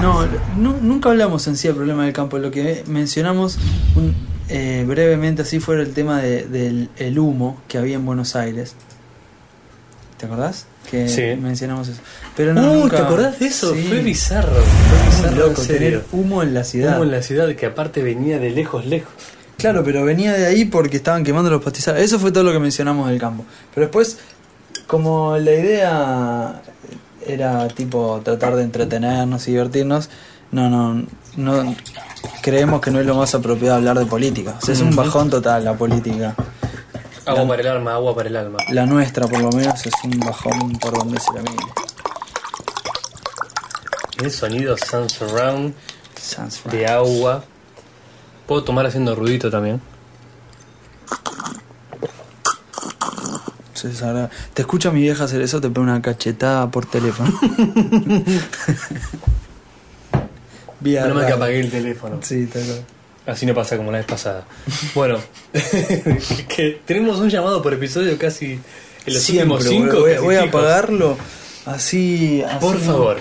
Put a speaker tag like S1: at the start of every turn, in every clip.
S1: No, nu- nunca hablamos en sí del problema del campo. Lo que mencionamos un- eh, brevemente así fue el tema de- del el humo que había en Buenos Aires. ¿Te acordás? Que
S2: Sí.
S1: mencionamos eso. Pero no,
S2: Uh,
S1: nunca-
S2: ¿te acordás de eso?
S1: Sí.
S2: Fue bizarro. Fue
S1: Muy
S2: bizarro,
S1: loco
S2: en
S1: tener
S2: serio.
S1: humo en la ciudad.
S2: Humo en la ciudad que aparte venía de lejos, lejos.
S1: Claro, pero venía de ahí porque estaban quemando los pastizales. Eso fue todo lo que mencionamos del campo. Pero después, como la idea era tipo tratar de entretenernos y divertirnos, no, no, no creemos que no es lo más apropiado hablar de política. O sea, es un bajón total la política.
S2: Agua para el alma, agua para el alma.
S1: La nuestra, por lo menos, es un bajón por donde se la mire.
S2: El sonido Sound Surround
S1: Sounds right.
S2: de agua. Puedo tomar haciendo ruidito también.
S1: Sí, es verdad. Te escucha mi vieja hacer eso, te pone una cachetada por teléfono. Vía
S2: Menos mal que
S1: radio.
S2: apagué el teléfono.
S1: Sí, tal cual.
S2: Así no pasa como la vez pasada. Bueno, que tenemos un llamado por episodio casi en los
S1: Siempre,
S2: últimos cinco.
S1: boludo. voy,
S2: casi
S1: voy a
S2: fijos.
S1: apagarlo así, así,
S2: Por
S1: ¿no?
S2: favor,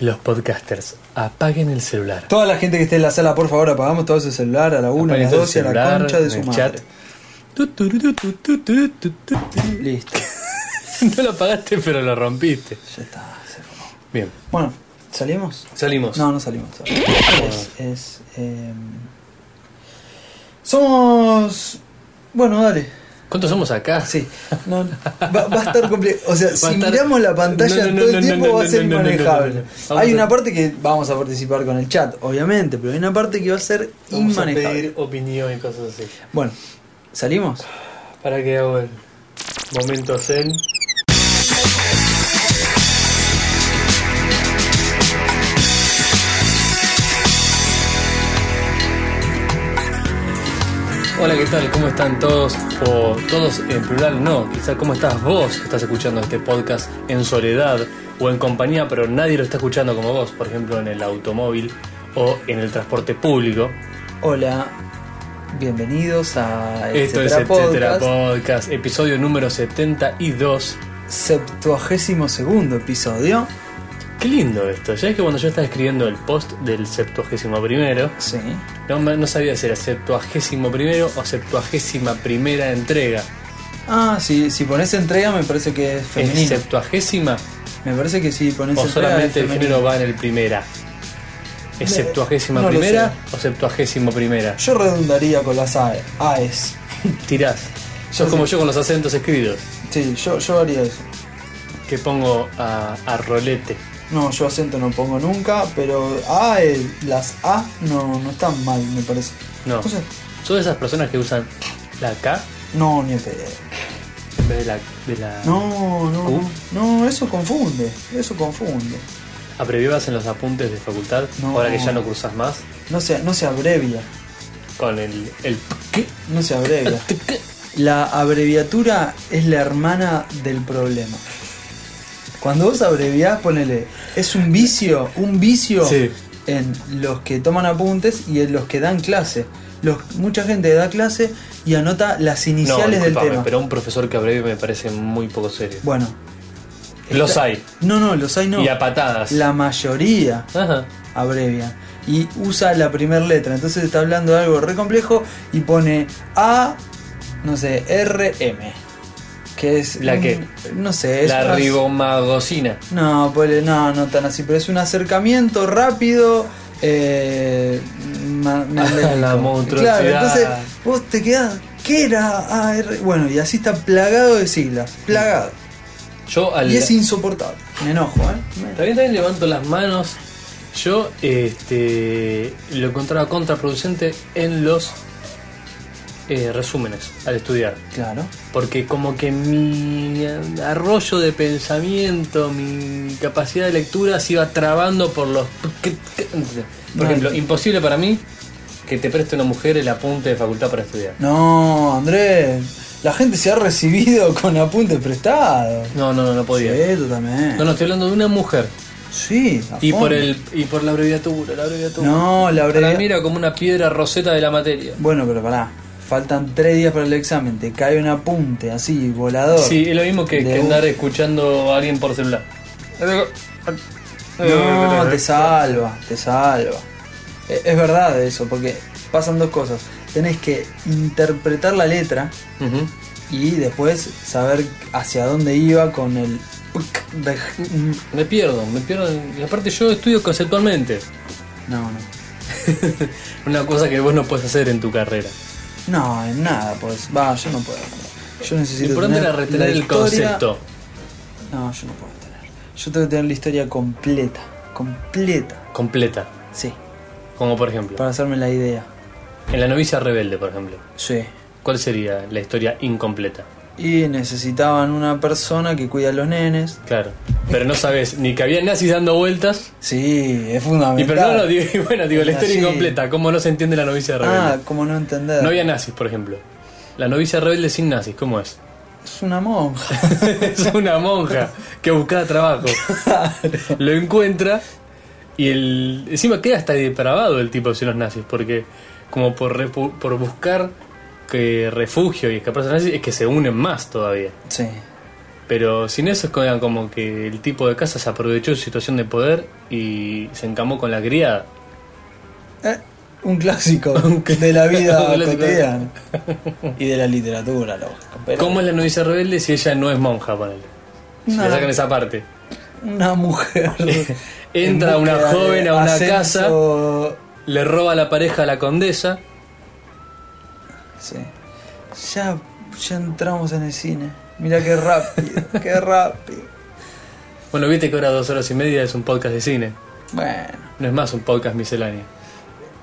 S2: los podcasters, apaguen el celular.
S1: Toda la gente que esté en la sala, por favor, apagamos todo ese celular a la 1, a
S2: Apaguen
S1: las
S2: todo el
S1: 12, a la
S2: celular,
S1: concha de
S2: en
S1: su
S2: el
S1: madre.
S2: chat. Tu, tu, tu, tu, tu, tu, tu, tu.
S1: Listo,
S2: No lo apagaste, pero lo rompiste.
S1: ya está. se fue.
S2: Bien,
S1: Bueno, ¿salimos?
S2: salimos.
S1: No, no salimos. Es, es, em, Somos... Bueno, dale.
S2: ¿Cuántos somos acá?
S1: Sí. No, va, va a estar complicado. O sea, si
S2: a estar-
S1: miramos la pantalla
S2: No, no,
S1: todo el
S2: no, no,
S1: tiempo
S2: no,
S1: va a
S2: no,
S1: ser
S2: no, no, no, no, no, no.
S1: inmanejable.
S2: Vamos
S1: Hay
S2: a-
S1: una parte que vamos a participar con el chat, obviamente, pero hay una parte que va a ser
S2: Vamos a
S1: inmanejable.
S2: pedir opinión y cosas así.
S1: Bueno, ¿salimos?
S2: Para que hago el momento zen. Hola, ¿qué tal? ¿Cómo están todos? O todos en plural, no. Quizá cómo estás vos que estás escuchando este podcast en soledad o en compañía, pero nadie lo está escuchando como vos, por ejemplo, en el automóvil o en el transporte público.
S1: Hola, bienvenidos a
S2: Esto es
S1: Etcétera
S2: Etcétera
S1: Podcast,
S2: Podcast, episodio número 72.
S1: 72 episodio.
S2: Qué lindo esto. Ya es que cuando yo estaba escribiendo el post del 71 primero,
S1: Sí.
S2: no, me- no sabía si era 71 primero o 71 primera entrega.
S1: Ah, sí, si pones entrega me parece que es
S2: ¿Es
S1: femenino.
S2: 70
S1: Me parece que si pones
S2: o
S1: entrega es
S2: solamente el
S1: femenino.
S2: género va en el primera? ¿Es
S1: Eh,
S2: 71
S1: no lo
S2: primera o 71 primera?
S1: Yo redundaría con las E, AE, AES.
S2: Tirás. Sos como yo con los acentos escritos,
S1: Sí, yo, yo haría eso.
S2: que pongo a, a rolete.
S1: No, yo acento no pongo nunca, pero AE, las A no, no están mal, me parece.
S2: No.
S1: No sé.
S2: Son esas personas que usan la K
S1: No, ni en pedo.
S2: en vez de la, de la
S1: No, no,
S2: ¿Cómo?
S1: no, eso confunde, eso confunde.
S2: ¿Abreviabas en los apuntes de facultad?
S1: No.
S2: Ahora que ya no cursas más.
S1: No se, no se abrevia,
S2: Con el. el ¿Qué?
S1: no se abrevia. La abreviatura es la hermana del problema. Cuando vos abreviás, ponele, es un vicio, un vicio
S2: Sí.
S1: en los que toman apuntes y en los que dan clase. Los, mucha gente da clase y anota las iniciales del
S2: disculpame,
S1: tema.
S2: pero un profesor que abrevia me parece muy poco serio.
S1: Bueno.
S2: Los hay.
S1: No, no, los hay no.
S2: Y a patadas.
S1: La mayoría
S2: Ajá.
S1: abrevia y usa la primera letra. Entonces está hablando de algo re complejo y pone A, no sé, RM. Que es.
S2: ¿La
S1: un-
S2: qué?
S1: No sé, es.
S2: La
S1: una-
S2: ribomagosina.
S1: No, ponele- no, no tan así, pero es un acercamiento rápido. Eh, ma- mandélico.
S2: la monstruosidad.
S1: Claro, entonces vos te quedás. ¿Qué era AR? Bueno, y así está plagado de siglas. Plagado.
S2: Yo al.
S1: Y es insoportable. Me enojo, ¿eh? Me-
S2: También, también levanto las manos. Yo este, lo encontraba contraproducente en los eh, resúmenes al estudiar.
S1: Claro.
S2: Porque como que mi arroyo de pensamiento, mi capacidad de lectura se iba trabando por los... Por ejemplo, imposible para mí que te preste una mujer el apunte de facultad para estudiar.
S1: No, Andrés. La gente se ha recibido con apuntes prestados.
S2: No, no, no, no podía.
S1: Sí, tú también.
S2: No, no, estoy hablando de una mujer.
S1: Sí, a
S2: Y
S1: fondo.
S2: por el y por la abreviatura, la abreviatura.
S1: No, la
S2: Para
S1: breve.
S2: mí era como una piedra roseta de la materia.
S1: Bueno, pero pará. Faltan tres días para el examen. Te cae un apunte así, volador.
S2: Sí, es lo mismo que,
S1: De
S2: que
S1: un-
S2: andar escuchando a alguien por celular.
S1: No, te salva, te salva. E- Es verdad eso, porque pasan dos cosas. Tenés que interpretar la letra
S2: Ujú.
S1: y después saber hacia dónde iba con el... pk de j- mm.
S2: Me pierdo, me pierdo. Y aparte yo estudio conceptualmente.
S1: No, no.
S2: Una cosa que vos no puedes hacer en tu carrera.
S1: No, en nada, pues. Va, yo no puedo. Yo
S2: Lo
S1: necesito...
S2: importante
S1: tener
S2: era retener
S1: la
S2: el
S1: historia-
S2: concepto.
S1: No, yo no puedo tener. Yo tengo que tener la historia completa. Completa.
S2: Completa.
S1: Sí.
S2: Como por ejemplo.
S1: Para hacerme la idea.
S2: En la novicia rebelde, por ejemplo.
S1: Sí.
S2: ¿Cuál sería la historia incompleta?
S1: Y necesitaban una persona que cuida a los nenes.
S2: Claro. Pero no sabes ni que había nazis dando vueltas.
S1: Sí, es
S2: Y
S1: fundamental.
S2: pero no, no, digo, y bueno, digo, la
S1: Era
S2: historia
S1: así.
S2: incompleta. ¿Cómo no se entiende la novicia
S1: Ah,
S2: rebelde?
S1: como no entender.
S2: No había nazis, por ejemplo. La novicia rebelde sin nazis, ¿cómo es?
S1: Es una monja.
S2: es una monja que buscaba trabajo. Lo encuentra y el, encima queda hasta depravado el tipo de los nazis, porque como por, repu- por buscar que refugio y escaparse de los nazis es que se unen más todavía.
S1: Sí.
S2: Pero sin eso es como- como que el tipo de casa se aprovechó de su situación de poder y se encamó con la criada.
S1: Eh, un clásico de la
S2: Un
S1: vida
S2: clásico.
S1: cotidiana. Y de la literatura, lógico. Pero
S2: ¿Cómo es la novicia rebelde si ella no es monja, ponele? Si
S1: No.
S2: le sacan esa parte.
S1: una mujer.
S2: Entra
S1: en
S2: una
S1: búsqueda de
S2: joven a una
S1: ascenso-
S2: Le roba la pareja a la condesa.
S1: Sí. Ya, ya entramos en el cine. Mira qué rápido, qué rápido.
S2: Bueno, viste que ahora dos horas y media es un podcast de cine.
S1: Bueno.
S2: No es más un podcast misceláneo.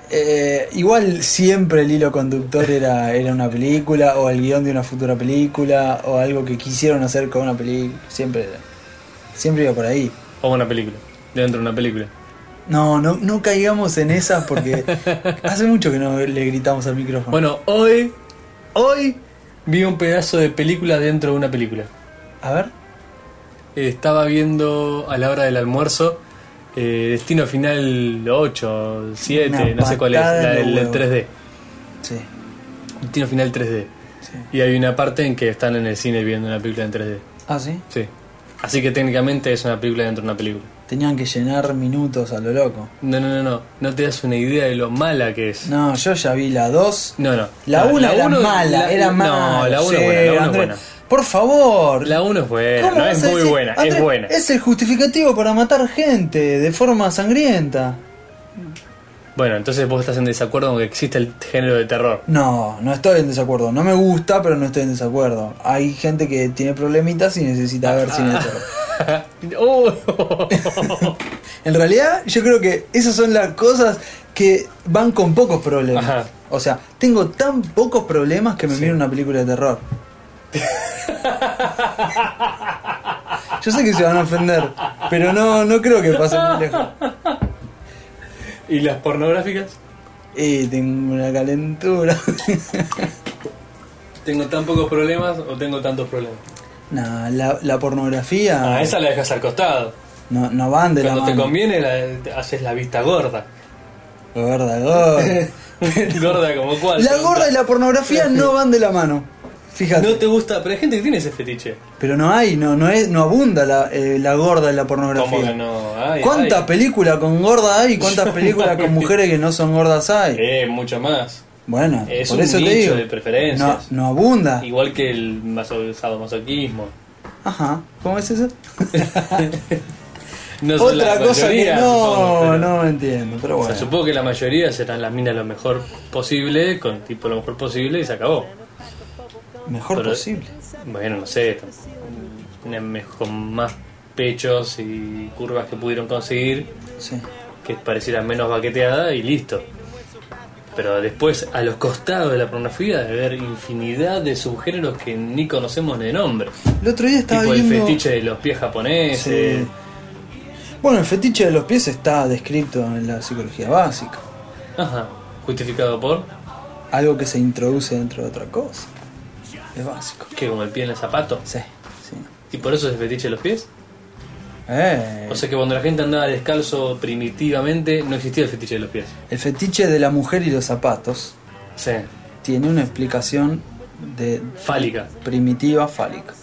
S1: Eh, igual siempre el hilo conductor era, era una película o el guión de una futura película o algo que quisieron hacer con una película. Siempre, era- siempre iba por ahí.
S2: O una película. Dentro de una película.
S1: No, no, no caigamos en esas porque hace mucho que no le gritamos al micrófono.
S2: Bueno, hoy. Hoy vi un pedazo de película dentro de una película.
S1: A ver,
S2: Eh, Estaba viendo a la hora del almuerzo. eh, Destino Final 8, 7,
S1: Una
S2: no sé cuál es.
S1: patada
S2: La
S1: en
S2: del
S1: los huevos.
S2: 3D.
S1: sí,
S2: Destino Final 3D.
S1: sí.
S2: Y hay una parte en que están en el cine viendo una película en 3D.
S1: Ah, sí.
S2: Sí. Así que técnicamente es una película dentro de una película.
S1: Tenían que llenar minutos a lo loco.
S2: No, no, no, no. No te das una idea de lo mala que es.
S1: No, yo ya vi la 2.
S2: No, no.
S1: La 1 era
S2: uno-
S1: mala,
S2: Ah, la-
S1: era
S2: no,
S1: mala.
S2: la 1
S1: sí,
S2: es buena, la 1 es
S1: Andrés.
S2: buena.
S1: Por favor.
S2: La 1 es buena,
S1: ¿Cómo
S2: no
S1: vas
S2: es
S1: a
S2: muy
S1: decir,
S2: buena, es
S1: Andrés,
S2: buena.
S1: Es el justificativo para matar gente de forma sangrienta.
S2: Bueno, entonces vos estás en desacuerdo con que existe el género de terror.
S1: No, no estoy en desacuerdo. No me gusta, pero no estoy en desacuerdo. Hay gente que tiene problemitas y necesita ver cine de
S2: Ah.
S1: terror.
S2: Oh.
S1: En realidad, yo creo que esas son las cosas que van con pocos problemas.
S2: Ajá.
S1: O sea, tengo tan pocos problemas que me miro una película de terror. yo sé que se van a ofender, pero no, no creo que pase muy lejos.
S2: ¿Y las pornográficas?
S1: Y Eh, tengo una calentura.
S2: ¿Tengo tan pocos problemas o tengo tantos problemas?
S1: no, la, la pornografía
S2: Ah, esa la dejas al costado.
S1: no, no van de
S2: Cuando
S1: la
S2: te
S1: mano.
S2: conviene la- te haces la vista gorda.
S1: Gorda, gorda.
S2: gorda como cuál.
S1: La gorda y la pornografía no van de la mano. Fíjate.
S2: No te gusta, pero hay gente que tiene ese fetiche.
S1: Pero no hay, no, no es, no abunda la, eh, la gorda en la
S2: ¿Cómo
S1: pornografía.
S2: que no? Ay,
S1: ¿Cuántas
S2: ay.
S1: películas con gorda hay? ¿Cuántas películas con mujeres que no son gordas hay?
S2: Eh, mucho más.
S1: Bueno,
S2: Es
S1: por
S2: un
S1: eso te
S2: nicho
S1: digo.
S2: de preferencias.
S1: No, no abunda.
S2: Igual que el maso- sadomasoquismo.
S1: Ajá. ¿Cómo es eso?
S2: No son
S1: Otra
S2: la
S1: cosa que
S2: mayoría,
S1: no,
S2: supongo, pero-
S1: no entiendo. Pero
S2: o sea,
S1: bueno.
S2: supongo que la mayoría serán las minas lo mejor posible, con el tipo lo mejor posible y se acabó.
S1: Mejor
S2: pero-
S1: posible.
S2: Bueno, no sé, tienen me- con más pechos y curvas que pudieron conseguir,
S1: Sí.
S2: que parecieran menos baqueteada y listo. Pero después, a los costados de la pornografía, de ver infinidad de subgéneros que ni conocemos de nombre.
S1: El otro día estaba
S2: tipo el
S1: viendo.
S2: fetiche de los pies japoneses.
S1: Sí. Bueno, el fetiche de los pies está descrito en la psicología básica.
S2: Ajá, justificado por
S1: Algo que se introduce dentro de otra cosa. Es básico.
S2: que como el pie en el zapato.
S1: Sí, sí.
S2: ¿Y por eso es el fetiche de los pies?
S1: Eh,
S2: O sea que cuando la gente andaba descalzo primitivamente no existía el fetiche de los pies.
S1: el fetiche de la mujer y los zapatos
S2: Sí,
S1: tiene una explicación de
S2: fálica.
S1: primitiva fálica.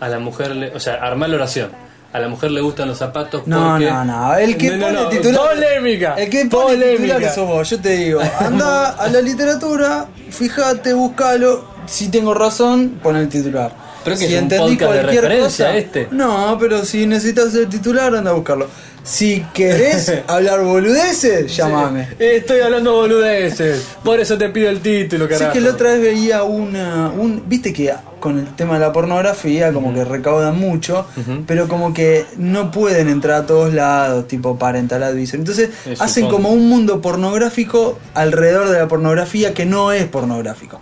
S2: A la mujer, le, o sea, armar la oración. a la mujer le gustan los zapatos
S1: No,
S2: porque...
S1: no, no. El que pone titular-
S2: Polémica.
S1: El que pone
S2: polémica.
S1: titular que sos vos, yo te digo, anda a la literatura, fíjate, búscalo, si tengo razón, pon el titular.
S2: Pero que
S1: si
S2: es un podcast de referencia este.
S1: No, pero si necesitas el titular, anda a buscarlo. Si querés hablar boludeces, llámame.
S2: Eh, Estoy hablando boludeces. Por eso te pido el título,
S1: Sí,
S2: carajo.
S1: que la otra vez veía una. Un, Viste que con el tema de la pornografía, como que recaudan mucho,
S2: Ujú.
S1: pero como que no pueden entrar a todos lados, tipo parental advisor. Entonces
S2: Eh,
S1: hacen
S2: supongo.
S1: como un mundo pornográfico alrededor de la pornografía que no es pornográfico.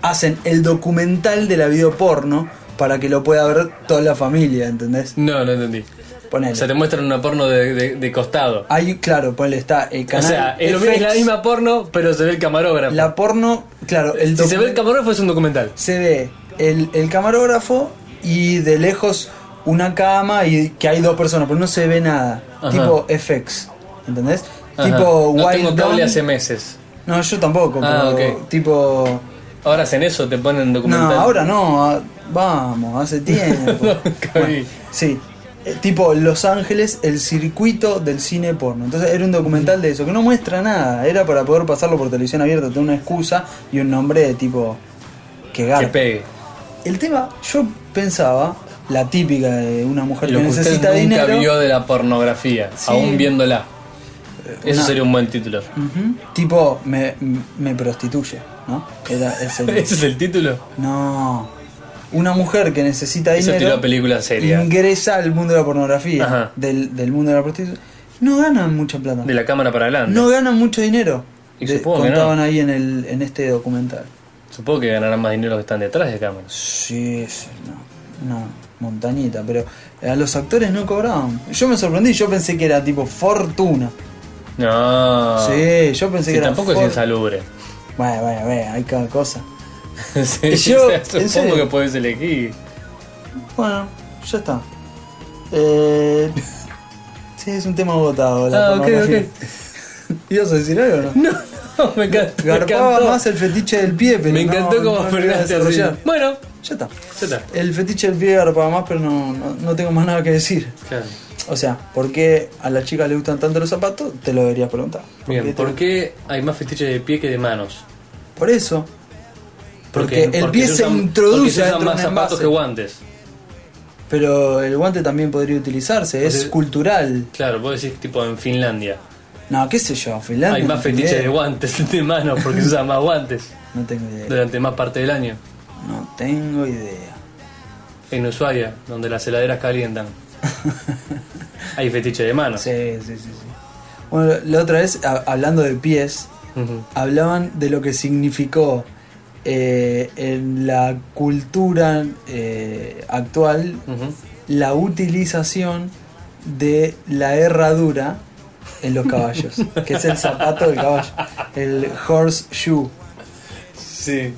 S1: Hacen el documental de la videoporno para que lo pueda ver toda la familia, ¿entendés?
S2: No, no entendí.
S1: Ponele.
S2: O sea, te muestran una porno de, de- de costado.
S1: Ahí, claro, ponele, está el
S2: O
S1: canal.
S2: sea, es, lo mismo-
S1: FX,
S2: es la misma porno, pero se ve el camarógrafo.
S1: La porno, claro, el
S2: si se ve
S1: documental-
S2: el camarógrafo es un documental.
S1: se ve el, el camarógrafo y de lejos una cama y que hay dos personas, pero no se ve nada.
S2: Ajá.
S1: Tipo FX, ¿entendés?
S2: Ajá.
S1: Tipo
S2: no
S1: Wild
S2: tengo cable
S1: Dawn.
S2: hace meses.
S1: No, yo tampoco,
S2: Ah,
S1: pero
S2: ok.
S1: tipo...
S2: Ahora hacen eso, te ponen documental.
S1: No, ahora no, ah, vamos, hace tiempo.
S2: Nunca vi.
S1: sí. Eh, Tipo Los Ángeles, el circuito del cine porno. Entonces era un documental de eso, que no muestra nada. Era para poder pasarlo por televisión abierta, tener una excusa y un nombre de tipo que
S2: Que
S1: garpa.
S2: pegue.
S1: El tema, yo pensaba, la típica de una mujer
S2: Lo
S1: que
S2: que usted nunca
S1: necesita dinero.
S2: vio de la pornografía,
S1: Sí. Eh,
S2: aún viéndola. Eso
S1: no.
S2: sería un buen título.
S1: Ujú. Tipo, me, me prostituye, ¿no? Era ese.
S2: ¿Ese es el título?
S1: no. Una mujer que necesita
S2: Eso tiró
S1: dinero
S2: a película seria.
S1: ingresa al mundo de la pornografía,
S2: Ajá.
S1: del, del mundo de la prostitución. No ganan mucha plata.
S2: De la cámara para adelante.
S1: No ganan mucho dinero.
S2: Y supongo que
S1: contaban ahí en, el, en este documental.
S2: Supongo que ganarán más dinero los que están detrás de cámaras.
S1: Sí, sí, no, una montañita, pero a los actores no cobraban. Yo me sorprendí, yo pensé que era tipo fortuna.
S2: No.
S1: Sí, yo pensé
S2: Ah. Sí,
S1: que era
S2: tampoco es
S1: for-
S2: insalubre.
S1: Bueno, bueno, bueno, hay cada cosa.
S2: Sí,
S1: Yo,
S2: o sea,
S1: en
S2: supongo
S1: serio.
S2: que puedes elegir.
S1: Bueno, ya está. Eh... sí, es un tema agotado. La
S2: Ah, ok,
S1: pornografía.
S2: ok.
S1: ¿Ibas a decir algo o no?
S2: No, no, me encantó. me
S1: Garpaba
S2: encantó.
S1: más el fetiche del pie, pero
S2: Me encantó
S1: no,
S2: como
S1: no lo iba a
S2: frenaste así.
S1: desarrollar.
S2: Bueno,
S1: Ya está.
S2: ya está.
S1: El fetiche del pie garpaba más, pero no, no, no tengo más nada que decir.
S2: Claro.
S1: O sea, ¿por qué a las chicas les gustan tanto los zapatos? Te lo deberías preguntar.
S2: Bien,
S1: Porque
S2: ¿por
S1: te-
S2: qué hay más fetiches de pie que de manos?
S1: Por eso. Porque, el pie se,
S2: usan- porque
S1: introduce
S2: se usan
S1: dentro de
S2: más
S1: un
S2: zapatos
S1: envase.
S2: que guantes.
S1: Pero el guante también podría utilizarse, es
S2: Entonces-
S1: cultural.
S2: Claro, vos decís tipo en Finlandia.
S1: No, qué sé yo, Finlandia.
S2: Hay
S1: no
S2: más
S1: tengo
S2: fetiches de
S1: idea.
S2: guantes de manos porque se usan más guantes
S1: No tengo idea.
S2: durante más parte del año.
S1: No tengo idea.
S2: En Ushuaia, donde las heladeras calientan, hay fetiche de manos.
S1: Sí, sí, sí, sí. Bueno, la otra vez, a- hablando de pies,
S2: Ujú.
S1: hablaban de lo que significó eh, en la cultura eh, actual
S2: Ujú.
S1: la utilización de la herradura en los caballos, que es el zapato del caballo, el horseshoe.
S2: Sí.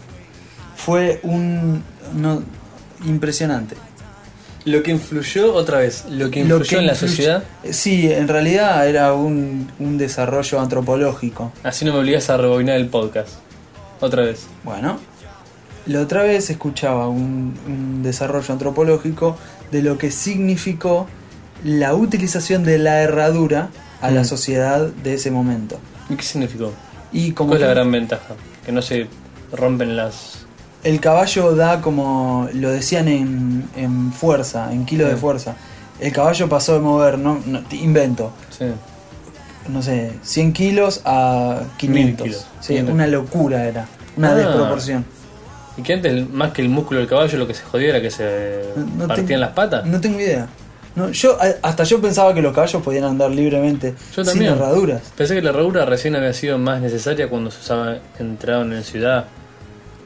S1: Fue un no, impresionante.
S2: Lo que influyó, otra vez, lo que influyó
S1: Lo que
S2: en la
S1: influye-
S2: sociedad,
S1: Sí, en realidad era un, un desarrollo antropológico.
S2: así no me obligas a rebobinar el podcast. Otra vez.
S1: Bueno, la otra vez escuchaba un, un desarrollo antropológico de lo que significó la utilización de la herradura a la
S2: Mm.
S1: sociedad de ese momento.
S2: ¿Y qué significó?
S1: Y como
S2: ¿Cuál es la
S1: que-
S2: gran ventaja? Que no se rompen las...
S1: El caballo da como lo decían en, en fuerza, en kilo de
S2: Sí.
S1: fuerza. El caballo pasó de mover, no, no, te invento,
S2: Sí.
S1: no sé, 100 kilos a 500.
S2: kilos.
S1: Sí,
S2: Bien.
S1: una locura era, una
S2: Ah.
S1: desproporción.
S2: Y que antes, más que el músculo del caballo, lo que se jodía era que se
S1: No- no
S2: partían
S1: tengo-
S2: las patas.
S1: No tengo idea. No, yo a- hasta yo pensaba que los caballos podían andar libremente
S2: Yo
S1: sin
S2: también.
S1: herraduras.
S2: Pensé que la herradura recién había sido más necesaria cuando se usaba, entraron en ciudad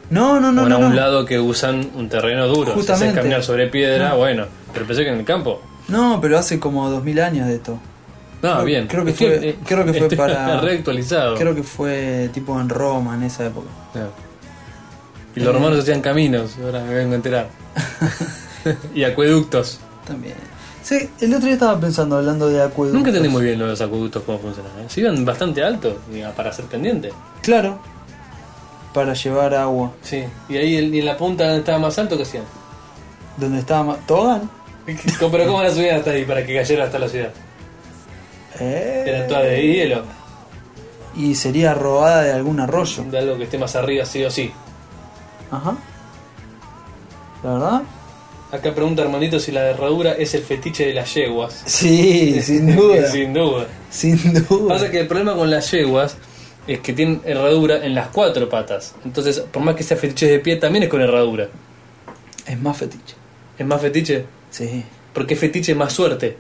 S1: No, no, no,
S2: o en
S1: no.
S2: algún
S1: no.
S2: lado que usan un terreno duro. Si haces
S1: Justamente.
S2: caminar sobre piedra,
S1: No.
S2: bueno. Pero pensé que en el campo.
S1: No, pero hace como 2000 años de esto.
S2: No,
S1: Creo-
S2: bien.
S1: creo que
S2: Estoy-
S1: fue-
S2: eh,
S1: creo que fue
S2: estoy
S1: para-
S2: Reactualizado.
S1: Creo que fue tipo en Roma en esa época.
S2: No. Y los romanos hacían caminos, ahora me vengo a enterar. y acueductos.
S1: También. Sí, el otro día estaba pensando hablando de acueductos.
S2: Nunca entendí muy bien lo de los acueductos cómo funcionan. ¿eh? Se iban bastante alto digamos, para ser pendiente.
S1: Claro. Para llevar agua.
S2: Sí. Y ahí el- y en la punta donde estaba más alto, ¿qué hacían?
S1: Donde estaba ma- Tobogán.
S2: Pero ¿cómo la subían hasta ahí para que cayera hasta la ciudad?
S1: Eh,
S2: Era toda de hielo,
S1: Y sería robada de algún arroyo.
S2: de algo que esté más arriba, sí o sí.
S1: Ajá. ¿La verdad?
S2: Acá pregunta Armandito si la derradura es el fetiche de las yeguas.
S1: Sí, sin duda.
S2: Sin duda.
S1: Sin duda.
S2: Pasa que el problema con las yeguas es que tienen herradura en las cuatro patas. Entonces, por más que sea fetiche de pie, también es con herradura.
S1: Es más fetiche.
S2: ¿Es más fetiche?
S1: Sí.
S2: Porque fetiche es más suerte.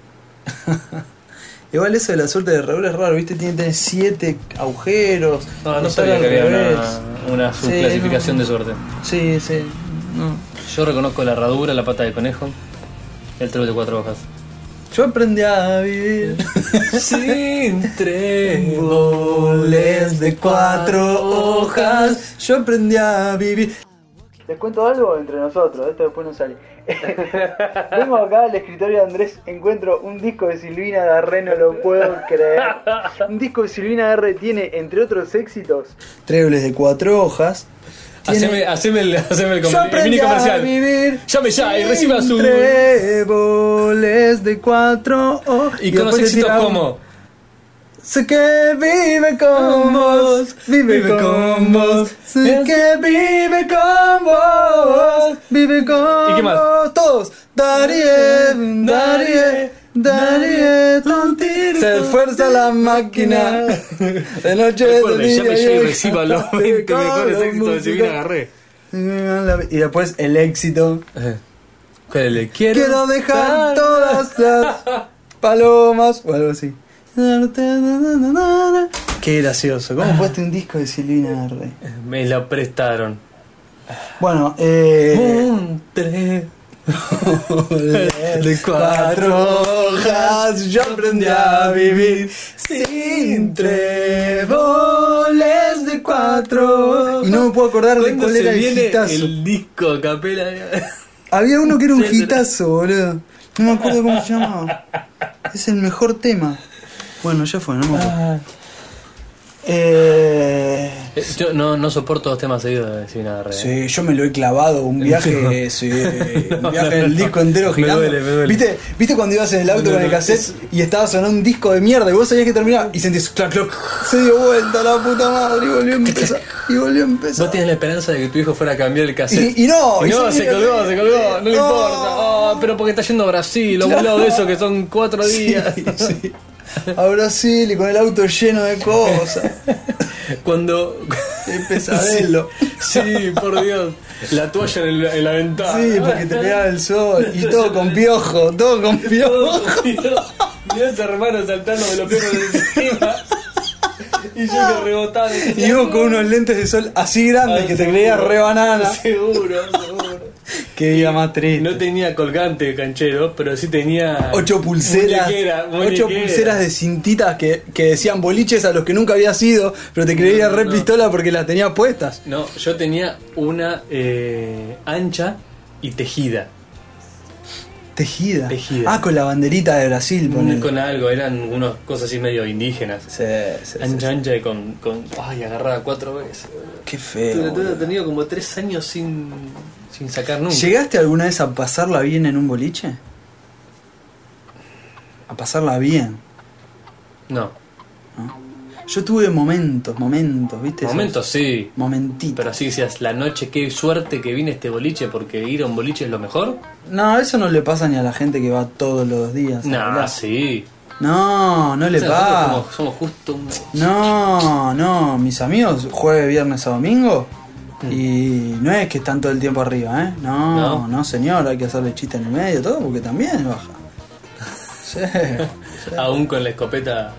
S1: Igual eso de la suerte de herradura es raro, ¿viste? Tiene que tener siete agujeros.
S2: No, no
S1: estar
S2: sabía
S1: al
S2: que había
S1: revés.
S2: una, una
S1: Sí,
S2: subclasificación de suerte.
S1: Sí, sí. No.
S2: Yo reconozco la herradura, la pata de conejo, el tren de cuatro hojas.
S1: Yo aprendí a vivir
S2: Sin
S1: en boles de cuatro hojas. Yo aprendí a vivir. Les cuento algo entre nosotros, esto después no sale. Vengo acá al escritorio de Andrés, encuentro un disco de Silvina Darré, no lo puedo creer. Un disco de Silvina Darré tiene, entre otros éxitos, Tréboles de cuatro hojas. Tiene-
S2: Haceme, haceme el, haceme el, com-
S1: Yo
S2: el mini
S1: aprendí a
S2: comercial.
S1: vivir.
S2: Llame ya y
S1: sin
S2: reciba su-
S1: Tréboles de cuatro hojas.
S2: Y con los
S1: después te
S2: éxitos
S1: tira un-
S2: como...
S1: Sé que vive con vos, vive con vos. Sé que vive con vos, vive con
S2: ¿Y qué más?
S1: vos. Todos. Daríe, Daríe, Daríe, tontito. Se esfuerza la máquina. De noche, de
S2: Recuerde,
S1: día.
S2: llame ya y
S1: el-
S2: reciba los 20 mejores
S1: Con
S2: éxitos de Silvina
S1: música.
S2: Garré.
S1: Y después el éxito.
S2: le quiero,
S1: Eh, Quiero dejar todas las palomas o algo así. Qué gracioso. ¿Cómo pueste un disco de Silvina Arre?
S2: Me lo prestaron.
S1: Bueno, eh.
S2: Un tren
S1: De cuatro hojas yo aprendí a vivir sin tréboles de cuatro. Y no me puedo acordar de
S2: ¿Cuándo
S1: cuál
S2: se
S1: era el
S2: viene
S1: hitazo.
S2: el disco a capela?
S1: Había uno que era un
S2: Sí, pero-
S1: hitazo, boludo. No me acuerdo cómo se llamaba. Es el mejor tema. Bueno, ya fue, no me acuerdo. Eh,
S2: Eh, Yo no, no soporto dos temas seguidos de ¿eh? Silvina Garré.
S1: sí, yo me lo he clavado un viaje, sí, un
S2: No,
S1: viaje
S2: no,
S1: del
S2: no.
S1: disco entero
S2: Me
S1: girando.
S2: duele, me duele.
S1: ¿Viste, ¿Viste cuando ibas en el auto
S2: No,
S1: con el
S2: no,
S1: cassette y estaba sonando un disco de mierda y vos sabías que terminaba y sentís clac clac se dio vuelta la puta madre y volvió a empezar y volvió a empezar.
S2: Vos tienes la esperanza de que tu hijo fuera a cambiar el cassette.
S1: Y- y no, y
S2: no,
S1: sí,
S2: se colgó, se colgó, no le
S1: No.
S2: importa. Oh, pero porque está yendo a Brasil, a un lado de eso que son cuatro días.
S1: sí. A Brasil y con el auto lleno de cosas.
S2: Cuando.
S1: Qué pesadelo.
S2: Sí, por Dios. La toalla en, el- en la ventana.
S1: Sí, porque te pegaba el sol y todo con piojo, todo con piojo.
S2: Mirá a ese hermano saltando de los pies de encima. Y yo que rebotaba.
S1: Y vos con unos lentes de sol así grandes que te creías re banana.
S2: Seguro, seguro.
S1: Qué vida más triste.
S2: No tenía colgante canchero, pero sí tenía.
S1: Ocho pulseras,
S2: Muñequera, muñequera.
S1: ocho pulseras de cintitas que, que decían boliches a los que nunca había sido, pero te creías
S2: No,
S1: re
S2: no.
S1: pistola porque las tenías puestas.
S2: No, yo tenía una eh, ancha y tejida.
S1: Tejida.
S2: Tejida.
S1: Ah, con la banderita de Brasil, ponele.
S2: Con algo, eran unas cosas así medio indígenas.
S1: Sí, sí, sí.
S2: Ancha, ancha y con, con. Ay, agarrada cuatro veces.
S1: Qué
S2: Tuve-
S1: feo.
S2: tuve
S1: boludo.
S2: tenido como tres años sin, sin sacar nunca.
S1: ¿Llegaste alguna vez a pasarla bien en un boliche? A pasarla bien.
S2: No,
S1: Yo tuve momentos, momentos, ¿viste? Esos
S2: momentos sí.
S1: Momentitos.
S2: Pero así decías, la noche, qué suerte que vine a este boliche porque ir a un boliche es lo mejor.
S1: No, eso no le pasa ni a la gente que va todos los días. a
S2: Nah,
S1: hablar.
S2: sí.
S1: No, no le
S2: O sea, nosotros
S1: pasa.
S2: somos, somos justo un.
S1: No, no, mis amigos, jueves, viernes a domingo. Y no es que están todo el tiempo arriba, ¿eh? No, no,
S2: Mm. No.
S1: señor, hay que hacerle chiste en el medio, todo, porque también baja. Sí,
S2: Aún con la escopeta.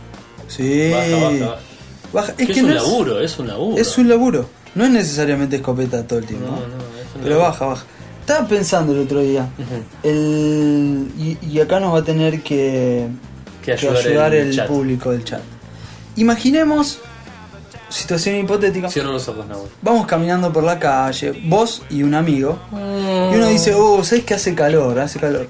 S1: sí.
S2: Baja, baja, baja.
S1: Baja.
S2: Es,
S1: Es que
S2: un
S1: no es,
S2: laburo, es un laburo.
S1: es un laburo. No es necesariamente escopeta todo el tiempo.
S2: No, no, es un
S1: Pero baja, baja. Estaba pensando el otro día. el- y, y acá nos va a tener que,
S2: Que ayudar el
S1: el,
S2: chat.
S1: público del chat. Imaginemos, situación hipotética,
S2: Cierro los ojos, Nahuel.
S1: vamos caminando por la calle, vos y un amigo, y uno
S2: Mm.
S1: dice, oh, ¿sabes que hace calor? Hace calor.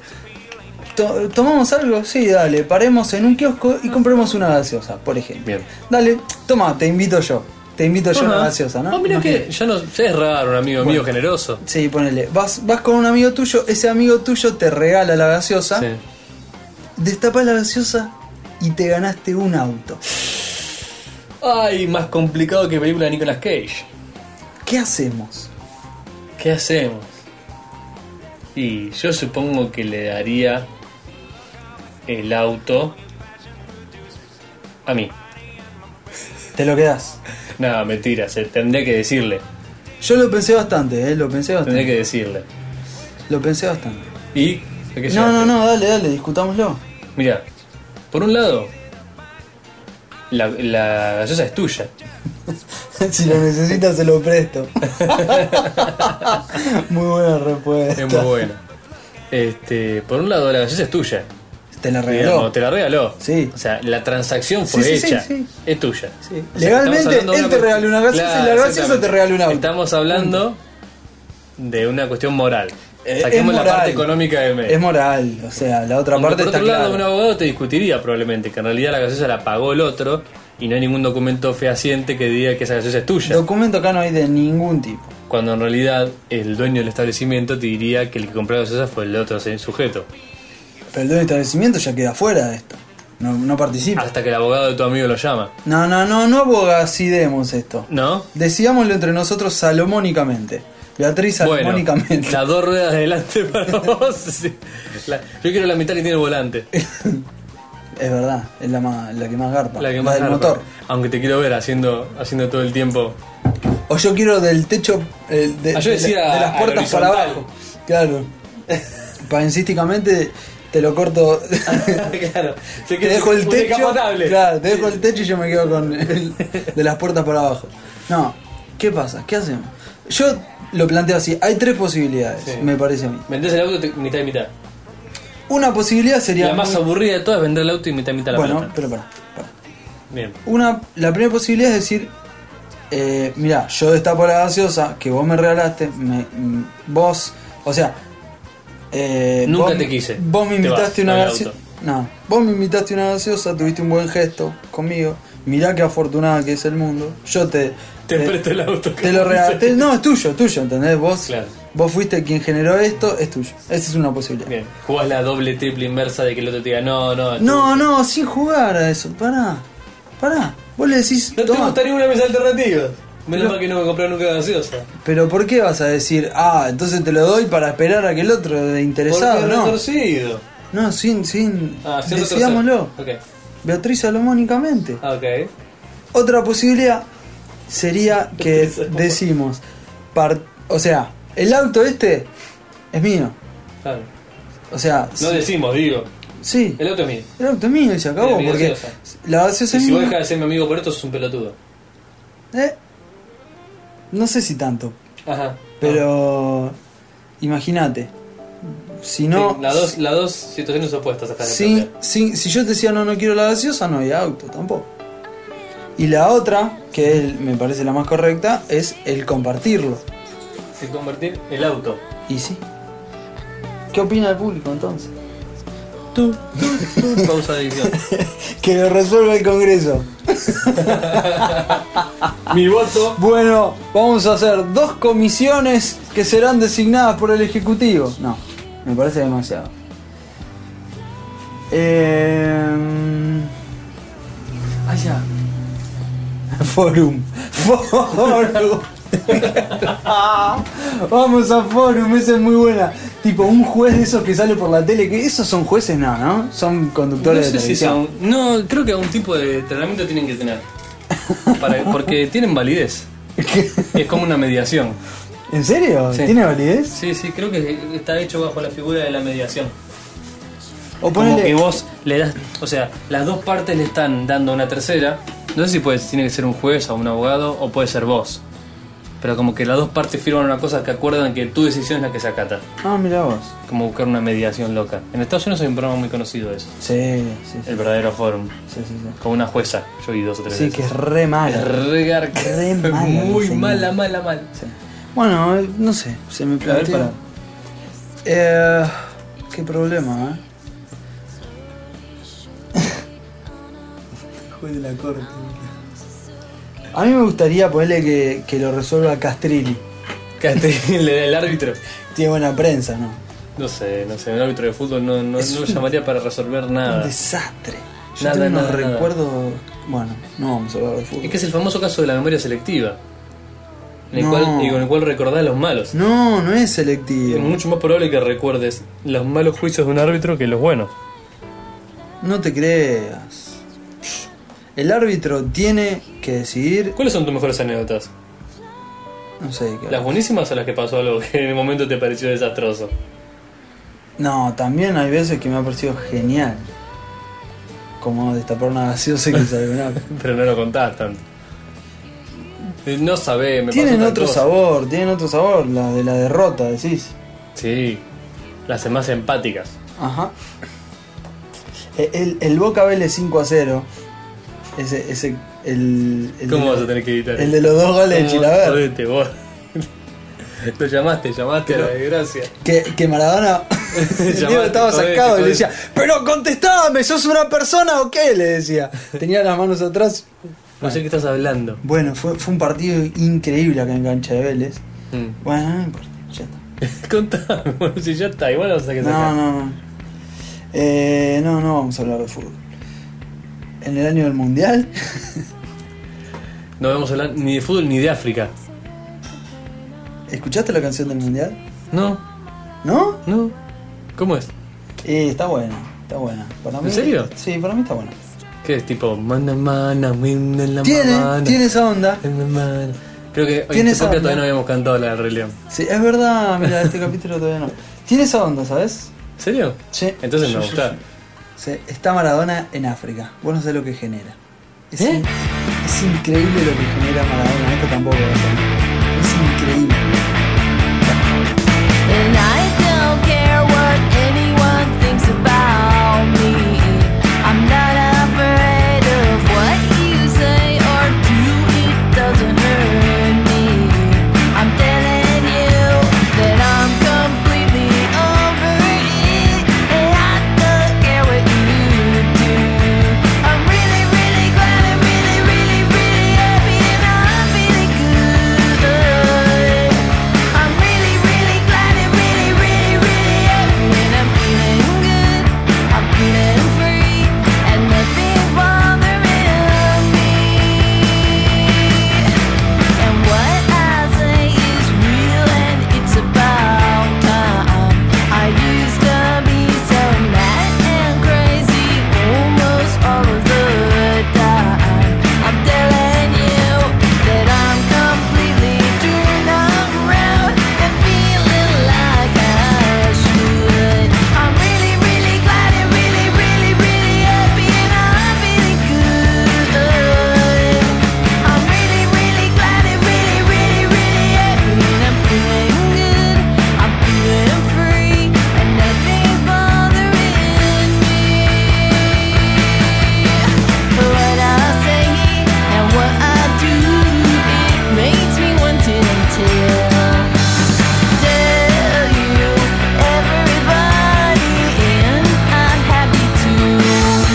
S1: To- ¿Tomamos algo? Sí, dale, paremos en un kiosco y compremos una gaseosa, por ejemplo.
S2: Bien.
S1: Dale, toma, te invito yo. te invito yo a una
S2: Ajá.
S1: gaseosa, ¿no?
S2: Ah, mirá
S1: No
S2: que ya no ya es raro un amigo mío generoso.
S1: Sí, ponele. Vas, vas con un amigo tuyo, ese amigo tuyo te regala la gaseosa,
S2: Sí.
S1: destapas la gaseosa y te ganaste un auto.
S2: Ay, más complicado que película de Nicolas Cage.
S1: ¿Qué hacemos?
S2: ¿Qué hacemos? Y yo supongo que le daría el auto a mí.
S1: Te lo quedas.
S2: Nada, mentira, se- tendré que decirle.
S1: Yo lo pensé bastante, ¿eh? Lo pensé
S2: Tendré
S1: bastante.
S2: que decirle.
S1: Lo pensé bastante.
S2: Y. ¿qué
S1: No,
S2: que llegaste?
S1: no, no, dale, dale, discutámoslo.
S2: Mira, por un lado, la, la gaseosa es tuya.
S1: si lo necesitas, se lo presto. Muy buena respuesta.
S2: Es muy buena. Este, por un lado, la gaseosa es tuya.
S1: Te la
S2: Digamos,
S1: regaló.
S2: te la regaló.
S1: Sí.
S2: O sea, la transacción fue
S1: Sí, sí, sí,
S2: hecha.
S1: sí.
S2: Es tuya.
S1: Sí.
S2: O sea,
S1: Legalmente,
S2: estamos hablando de
S1: él te
S2: cuestión-
S1: regaló una gaseosa y la gaseosa
S2: exactamente.
S1: te regaló un auto.
S2: Estamos hablando de una cuestión moral.
S1: Eh,
S2: Saquemos
S1: es
S2: la
S1: moral.
S2: parte económica del medio.
S1: Es moral, o sea, la otra
S2: Cuando
S1: parte
S2: por
S1: está
S2: otro lado, un
S1: clara.
S2: abogado te discutiría probablemente que en realidad la gaseosa la pagó el otro y no hay ningún documento fehaciente que diga que esa gaseosa es tuya.
S1: Documento acá no hay de ningún tipo.
S2: cuando en realidad el dueño del establecimiento te diría que el que compró la gaseosa fue el otro se- sujeto.
S1: Pero el dueño del establecimiento ya queda fuera de esto. No, no participa.
S2: Hasta que el abogado de tu amigo lo llama.
S1: No, no, no, no abogacidemos esto.
S2: ¿No?
S1: Decidámoslo entre nosotros salomónicamente. Beatriz
S2: Bueno,
S1: salomónicamente.
S2: las dos ruedas de adelante para vos. sí. La- yo quiero la mitad que tiene el volante.
S1: Es verdad, es la, más- la que más garpa.
S2: La que más
S1: del
S2: garpa.
S1: motor.
S2: Aunque te quiero ver haciendo, haciendo todo el tiempo.
S1: O yo quiero del techo eh, de,
S2: Ah, yo
S1: de-
S2: decía
S1: de las
S2: al
S1: puertas para
S2: horizontal.
S1: abajo. Claro. Painsísticamente te lo corto.
S2: claro. Te,
S1: te dejo el techo. Claro, te dejo el techo y yo me quedo con el- de las puertas para abajo. No, ¿qué pasa? ¿Qué hacemos? Yo lo planteo así, hay tres posibilidades,
S2: Sí.
S1: me parece a mí.
S2: Vendés el auto te- mitad y mitad.
S1: Una posibilidad sería
S2: La más
S1: muy-
S2: aburrida de todas es vender el auto y mitad y mitad la
S1: Bueno,
S2: plata.
S1: pero pará, pará.
S2: Bien.
S1: Una, la primera posibilidad es decir, eh, mirá, yo destapo la gaseosa que vos me regalaste, me, mm, vos, o sea, eh,
S2: Nunca
S1: vos-
S2: te quise.
S1: Vos me
S2: Te
S1: invitaste
S2: vas,
S1: una
S2: no hay
S1: gaseosa.
S2: auto.
S1: No, vos me invitaste una gaseosa, tuviste un buen gesto conmigo. Mirá qué afortunada que es el mundo. Yo te.
S2: Te
S1: te-
S2: presto el auto.
S1: te lo regalaste. No, es tuyo, es tuyo, ¿entendés? Vos,
S2: Claro.
S1: vos fuiste quien generó esto, es tuyo. Esa es una posibilidad.
S2: Bien, jugás la doble triple inversa de que el otro te diga no, no. tú-
S1: No, no, sin jugar a eso. Pará, pará. Vos le decís.
S2: No te
S1: "Tomá".
S2: gusta ninguna mesa alternativa. Menos
S1: No.
S2: mal que no me compraron nunca gaseosa.
S1: Pero ¿por qué vas a decir, ah, entonces te lo doy para esperar a que el otro de interesado?
S2: Porque es
S1: No,
S2: retorcido.
S1: no, sin, sin,
S2: Ah, sí, retorcido.
S1: decidámoslo.
S2: Ok,
S1: Beatriz salomónicamente.
S2: ah, ok.
S1: Otra posibilidad sería que decimos, par- o sea, el auto este es mío.
S2: Ah,
S1: O sea,
S2: No
S1: sí-
S2: decimos, digo.
S1: sí,
S2: El auto es mío.
S1: el auto es mío y se acabó,
S2: Era mi
S1: porque
S2: gaseosa.
S1: la gaseosa
S2: Y
S1: es
S2: si vos
S1: mía.
S2: dejas de ser mi amigo por esto, sos un pelotudo.
S1: Eh, no sé si tanto,
S2: Ajá.
S1: pero imagínate, si no...
S2: Ah. Sí, las dos, las dos situaciones opuestas acá.
S1: Sí, sí, si yo te decía no, no quiero la gaseosa, no hay auto tampoco. Y la otra, que es- me parece la más correcta, es el compartirlo.
S2: Se convertir el auto.
S1: Y sí. ¿Qué opina el público entonces?
S2: Tú, tú, tú. Pausa de edición.
S1: Que lo resuelva el Congreso.
S2: mi voto.
S1: Bueno, vamos a hacer dos comisiones que serán designadas por el Ejecutivo. No, me parece demasiado. Eh... Ah, ya. Forum. Forum. Vamos a Forum, esa es muy buena. Tipo, un juez de esos que sale por la tele, que esos son jueces, no, ¿no? Son
S2: No
S1: conductores
S2: sé
S1: de
S2: si
S1: televisión.
S2: son- No, creo que algún tipo de entrenamiento tienen que tener. Para- porque tienen validez. Es como una mediación.
S1: ¿En serio?
S2: Sí.
S1: ¿Tiene validez?
S2: Sí, sí, creo que está hecho bajo la figura de la mediación.
S1: O
S2: Como que
S1: ponele...
S2: vos le das. O sea, las dos partes le están dando una tercera. No sé si puede, tiene que ser un juez o un abogado o puede ser vos. Pero como que las dos partes firman una cosa que acuerdan que tu decisión es la que se acata.
S1: Ah, mira vos.
S2: Como buscar una mediación loca. En Estados Unidos hay un programa muy conocido de eso.
S1: Sí, sí, sí.
S2: El verdadero forum.
S1: Sí, sí, sí.
S2: Con una jueza. Yo vi dos o tres
S1: Sí,
S2: veces.
S1: que es re mala.
S2: Re garca.
S1: Re mala,
S2: Muy
S1: señora.
S2: mala, mala, mala.
S1: Sí. Bueno, eh, no sé, se me
S2: ver,
S1: plantea.
S2: pará.
S1: Eh, qué problema, eh. Juez de la corte. A mí me gustaría ponerle que, que lo resuelva Castrilli.
S2: Castrilli, el árbitro.
S1: Tiene buena prensa, ¿no?
S2: No sé, no sé, un árbitro de fútbol no, no,
S1: Es
S2: no
S1: un-
S2: llamaría para resolver
S1: Un
S2: nada.
S1: desastre. Yo
S2: Nada,
S1: tengo unos
S2: nada, nada.
S1: recuerdos. Bueno, no vamos a hablar de fútbol.
S2: Es que es el famoso caso de la memoria selectiva. En el
S1: No.
S2: cual, y con el cual recordás los malos.
S1: No, no es
S2: Es
S1: selectivo.
S2: mucho más probable que recuerdes los malos juicios de un árbitro que los buenos.
S1: No te creas. El árbitro tiene que decidir.
S2: ¿Cuáles son tus mejores anécdotas?
S1: No sé qué.
S2: ¿Las buenísimas o las que pasó algo que en el momento te pareció desastroso?
S1: No, también hay veces que me ha parecido genial. Como destapar una gaseosa y que sale una-
S2: Pero no lo contás tanto. Eh, No sabés, me
S1: Tienen
S2: pasó tal
S1: otro
S2: cosa.
S1: sabor, tienen otro sabor. La de la derrota, decís.
S2: Sí, las más empáticas.
S1: Ajá. Eh, El, el Boca Vélez 5 a 0. Ese, ese, el, el
S2: ¿Cómo
S1: de,
S2: vas a tener que editar?
S1: El de los dos goles de
S2: ¿Cómo?
S1: Chilaver.
S2: Jodete, vos. Lo llamaste, llamaste a la desgracia.
S1: Que, que Maradona el
S2: Llamate,
S1: tipo estaba
S2: jodete,
S1: sacado y le
S2: jodete.
S1: decía, pero contestame, ¿sos una persona o qué? Le decía. Tenía las manos atrás.
S2: No sé qué estás hablando.
S1: Bueno, fue, fue un partido increíble acá en cancha de Vélez. Bueno, no importa, ya está.
S2: Mm. Contame, bueno, si ya está, igual vas a que
S1: No,
S2: sacar.
S1: no, no. Eh, no, no vamos a hablar de fútbol. En el año del mundial,
S2: No vamos a hablar ni de fútbol ni de África.
S1: ¿escuchaste la canción del mundial?
S2: No,
S1: ¿No?
S2: no. ¿Cómo es?
S1: Eh, está buena, está buena. Para
S2: ¿En
S1: mí,
S2: serio?
S1: Sí, para mí está buena.
S2: ¿Qué es tipo? Mana, mana, mina, la
S1: Tiene,
S2: mamana,
S1: tiene esa onda.
S2: mana, mana? Creo que hoy en
S1: Tiene esa
S2: este podcast
S1: onda.
S2: todavía no habíamos cantado la del Rey León.
S1: Sí, es verdad, mira, este capítulo todavía no. Tiene esa onda, ¿sabes?
S2: ¿En serio?
S1: Sí.
S2: Entonces
S1: Sí,
S2: me
S1: sí,
S2: gusta.
S1: sí. Sí, está Maradona en África. Vos no sabés lo que genera. Es,
S2: ¿Eh?
S1: in- es increíble lo que genera Maradona. Esto tampoco lo sabés. Es increíble.
S3: And I don't care what anyone thinks about me. I'm not afraid of what you say or do. It doesn't hurt me. I'm telling you that I'm completely over it, and I don't care what you do. I'm really, really glad and really, really, really happy, and I'm feeling good. I'm really, really glad and really, really, really happy and I'm feeling good. I'm feeling free and nothing bothering me. And what I say is real and it's about time. I used to be so mad and crazy almost all of the time. I'm telling you that I'm completely turned around and feeling like I should. I'm really, really glad and really, really, really happy and I'm feeling good. I'm really, really glad and really, really, really happy and I'm feeling good. I'm feeling free and nothing's bothering me. What I say and what I do, it makes me want to tell, tell you everybody, and I'm happy too. Yeah.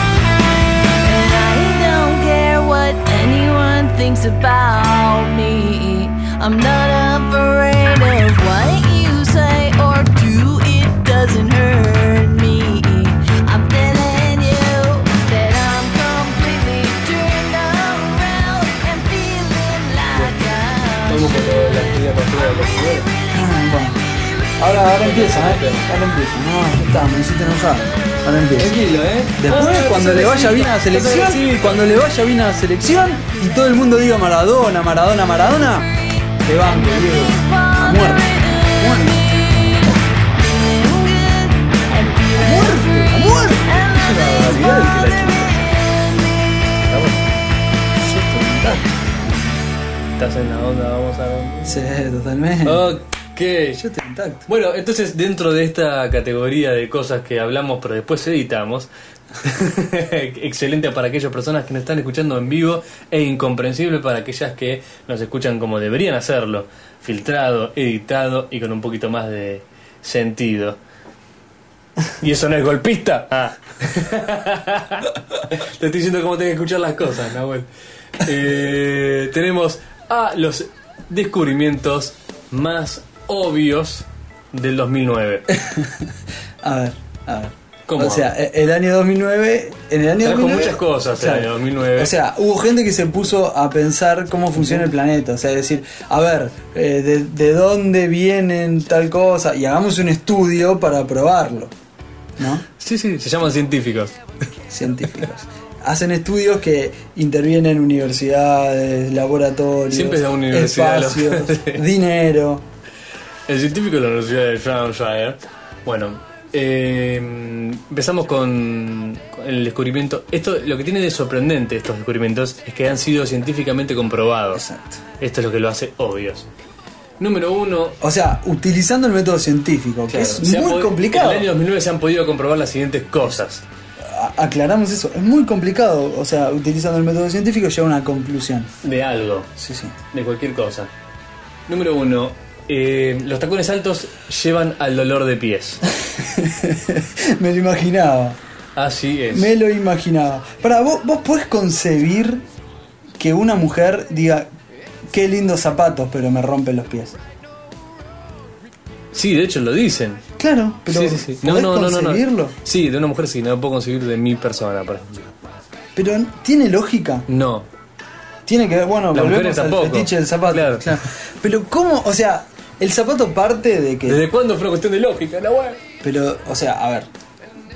S3: And I don't care what anyone thinks about me. I'm not afraid of what you say or do, it doesn't hurt me. I'm telling you that I'm completely turned around and feeling like I
S2: Vamos con lo de la actividad pasiva de los jugadores.
S1: Ah, bueno. Ahora, ahora empieza, ¿eh? Ahora empieza. No, ya está, me hiciste enojar. Ahora empieza.
S2: Tranquilo, eh.
S1: Después,
S2: Ah,
S1: cuando
S2: sos
S1: le vaya
S2: agresivo,
S1: bien a la
S2: sos
S1: selección,
S2: agresivo.
S1: cuando le vaya bien a la selección y todo el mundo diga Maradona, Maradona, Maradona, te banco, Diego. A muerte. A muerte. A muerte. A muerte.
S2: Es una barbaridad el que la chupa. Está bueno. Estás en la onda, vamos a...
S1: Sí, totalmente.
S2: Ah. Ok.
S1: Yo te intacto.
S2: Bueno, entonces dentro de esta categoría de cosas que hablamos pero después editamos, Excelente para aquellas personas que nos están escuchando en vivo e incomprensible para aquellas que nos escuchan como deberían hacerlo, filtrado, editado y con un poquito más de sentido. ¿Y eso no es golpista? Ah. Te estoy diciendo cómo tenés que escuchar las cosas, Nahuel. Eh, tenemos a los descubrimientos más obvios del 2009.
S1: A ver, a ver.
S2: ¿Cómo?
S1: O sea, e- el año 2009. En el año
S2: Trajo
S1: 2009,
S2: muchas cosas el año 2009.
S1: O sea, hubo gente que se puso a pensar cómo funciona el planeta. O sea, es decir, a ver, eh, de, de dónde vienen tal cosa? Y hagamos un estudio para probarlo. ¿No?
S2: Sí, sí, se llaman científicos.
S1: Científicos. Hacen estudios que intervienen universidades, laboratorios,
S2: Siempre es la universidad,
S1: espacios,
S2: lo-
S1: dinero.
S2: El científico de la Universidad de Shropshire. Bueno, eh, empezamos con, con el descubrimiento. Esto, lo que tiene de sorprendente estos descubrimientos es que han sido científicamente comprobados.
S1: Exacto.
S2: Esto es lo que lo hace obvios. Número uno.
S1: O sea, utilizando el método científico, que
S2: claro,
S1: es
S2: se ha
S1: muy
S2: pod-
S1: complicado.
S2: En el año 2009 se han podido comprobar las siguientes cosas.
S1: A- aclaramos eso, es muy complicado, o sea, utilizando el método científico llega a una conclusión.
S2: De algo.
S1: Sí, sí.
S2: De cualquier cosa. Número uno. eh, los tacones altos llevan al dolor de pies.
S1: Me lo imaginaba,
S2: Así es.
S1: me lo imaginaba. Para vos, vos podés concebir que una mujer diga, qué lindos zapatos, pero me rompen los pies.
S2: Sí, de hecho lo dicen.
S1: Claro, pero
S2: sí, sí, sí.
S1: ¿podés concebirlo?
S2: Sí, de una mujer sí, no lo puedo conseguir de mi persona, por ejemplo.
S1: Pero tiene lógica,
S2: No.
S1: tiene que ver, bueno,
S2: Las
S1: volvemos
S2: mujeres
S1: al
S2: tampoco.
S1: fetiche del zapato.
S2: Claro.
S1: Pero cómo, o sea, el zapato parte de que...
S2: ¿Desde cuándo fue una cuestión de lógica, la web?
S1: Pero, o sea, a ver,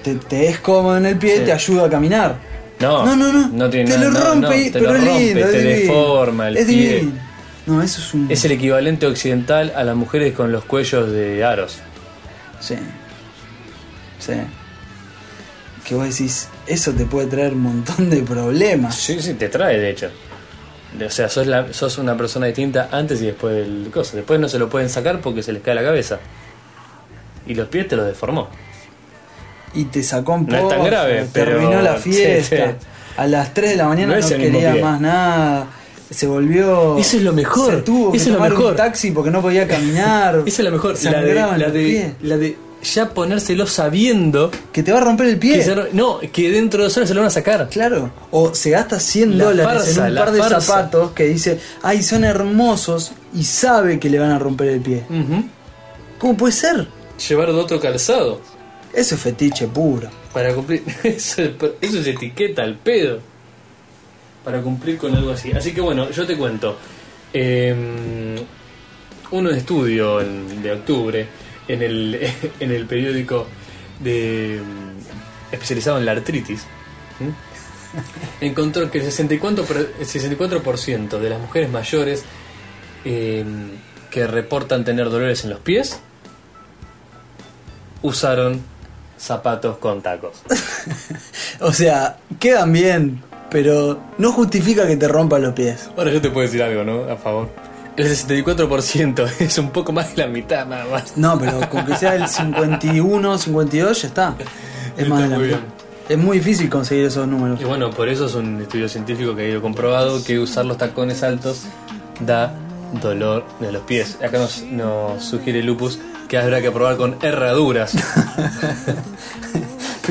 S1: te, te es cómodo en el pie,
S2: Sí.
S1: te ayuda a caminar.
S2: No,
S1: no, no. no.
S2: no tiene
S1: te
S2: nada-
S1: lo
S2: no,
S1: rompe,
S2: no, te
S1: pero
S2: lo
S1: es
S2: rompe,
S1: lindo.
S2: te
S1: es divino.
S2: deforma el
S1: es
S2: pie.
S1: divino. No, eso es un.
S2: Es el equivalente occidental a las mujeres con los cuellos de aros.
S1: Sí. Sí. Que vos decís, eso te puede traer un montón de problemas.
S2: Ah, Sí, sí, te trae, de hecho. O sea, sos, la- sos una persona distinta antes y después del coso. Después no se lo pueden sacar porque se les cae la cabeza. Y los pies te los deformó.
S1: Y te sacó un
S2: No es
S1: poco.
S2: tan grave,
S1: te
S2: pero-
S1: arruinó la
S2: sí,
S1: fiesta.
S2: sí.
S1: A las 3 de la mañana
S2: No
S1: no,
S2: es el mismo
S1: quería
S2: pie.
S1: más nada. Se volvió.
S2: Eso es lo mejor,
S1: Se tuvo que
S2: eso es lo
S1: tomar
S2: mejor.
S1: un taxi porque no podía caminar.
S2: Esa es la mejor. La de,
S1: sangraban
S2: la,
S1: los pies.
S2: de, la de ya ponérselo sabiendo
S1: Que te va a romper el pie.
S2: que se- no, que dentro de dos horas se lo van a sacar.
S1: Claro. O se gasta 100
S2: La
S1: dólares
S2: farsa,
S1: en un
S2: la
S1: par de
S2: farsa.
S1: zapatos que dice, ay, son hermosos y sabe que le van a romper el pie.
S2: Ujú.
S1: ¿Cómo puede ser?
S2: Llevar de otro calzado
S1: Eso es fetiche puro.
S2: para cumplir. Eso, es- eso es etiqueta al pedo. Para cumplir con algo así. Así que bueno, yo te cuento. Eh, uno de estudio en- de octubre en el, en el periódico de, em, especializado en la artritis. ¿m? encontró que el 64%, per- el 64 de las mujeres mayores eh, que reportan tener dolores en los pies usaron zapatos con tacos.
S1: O sea, quedan bien, pero no justifica que te rompan los pies.
S2: Ahora yo te puedo decir algo, ¿no? A favor. El 64% es un poco más de la mitad nada más.
S1: No, pero con que sea el 51, 52 ya está. Es más de la
S2: muy
S1: mitad.
S2: bien.
S1: Es muy difícil conseguir esos números.
S2: Y bueno, por eso es un estudio científico que ha ido comprobado que usar los tacones altos da dolor de los pies. Acá nos, nos sugiere Lupus que habrá que probar con herraduras.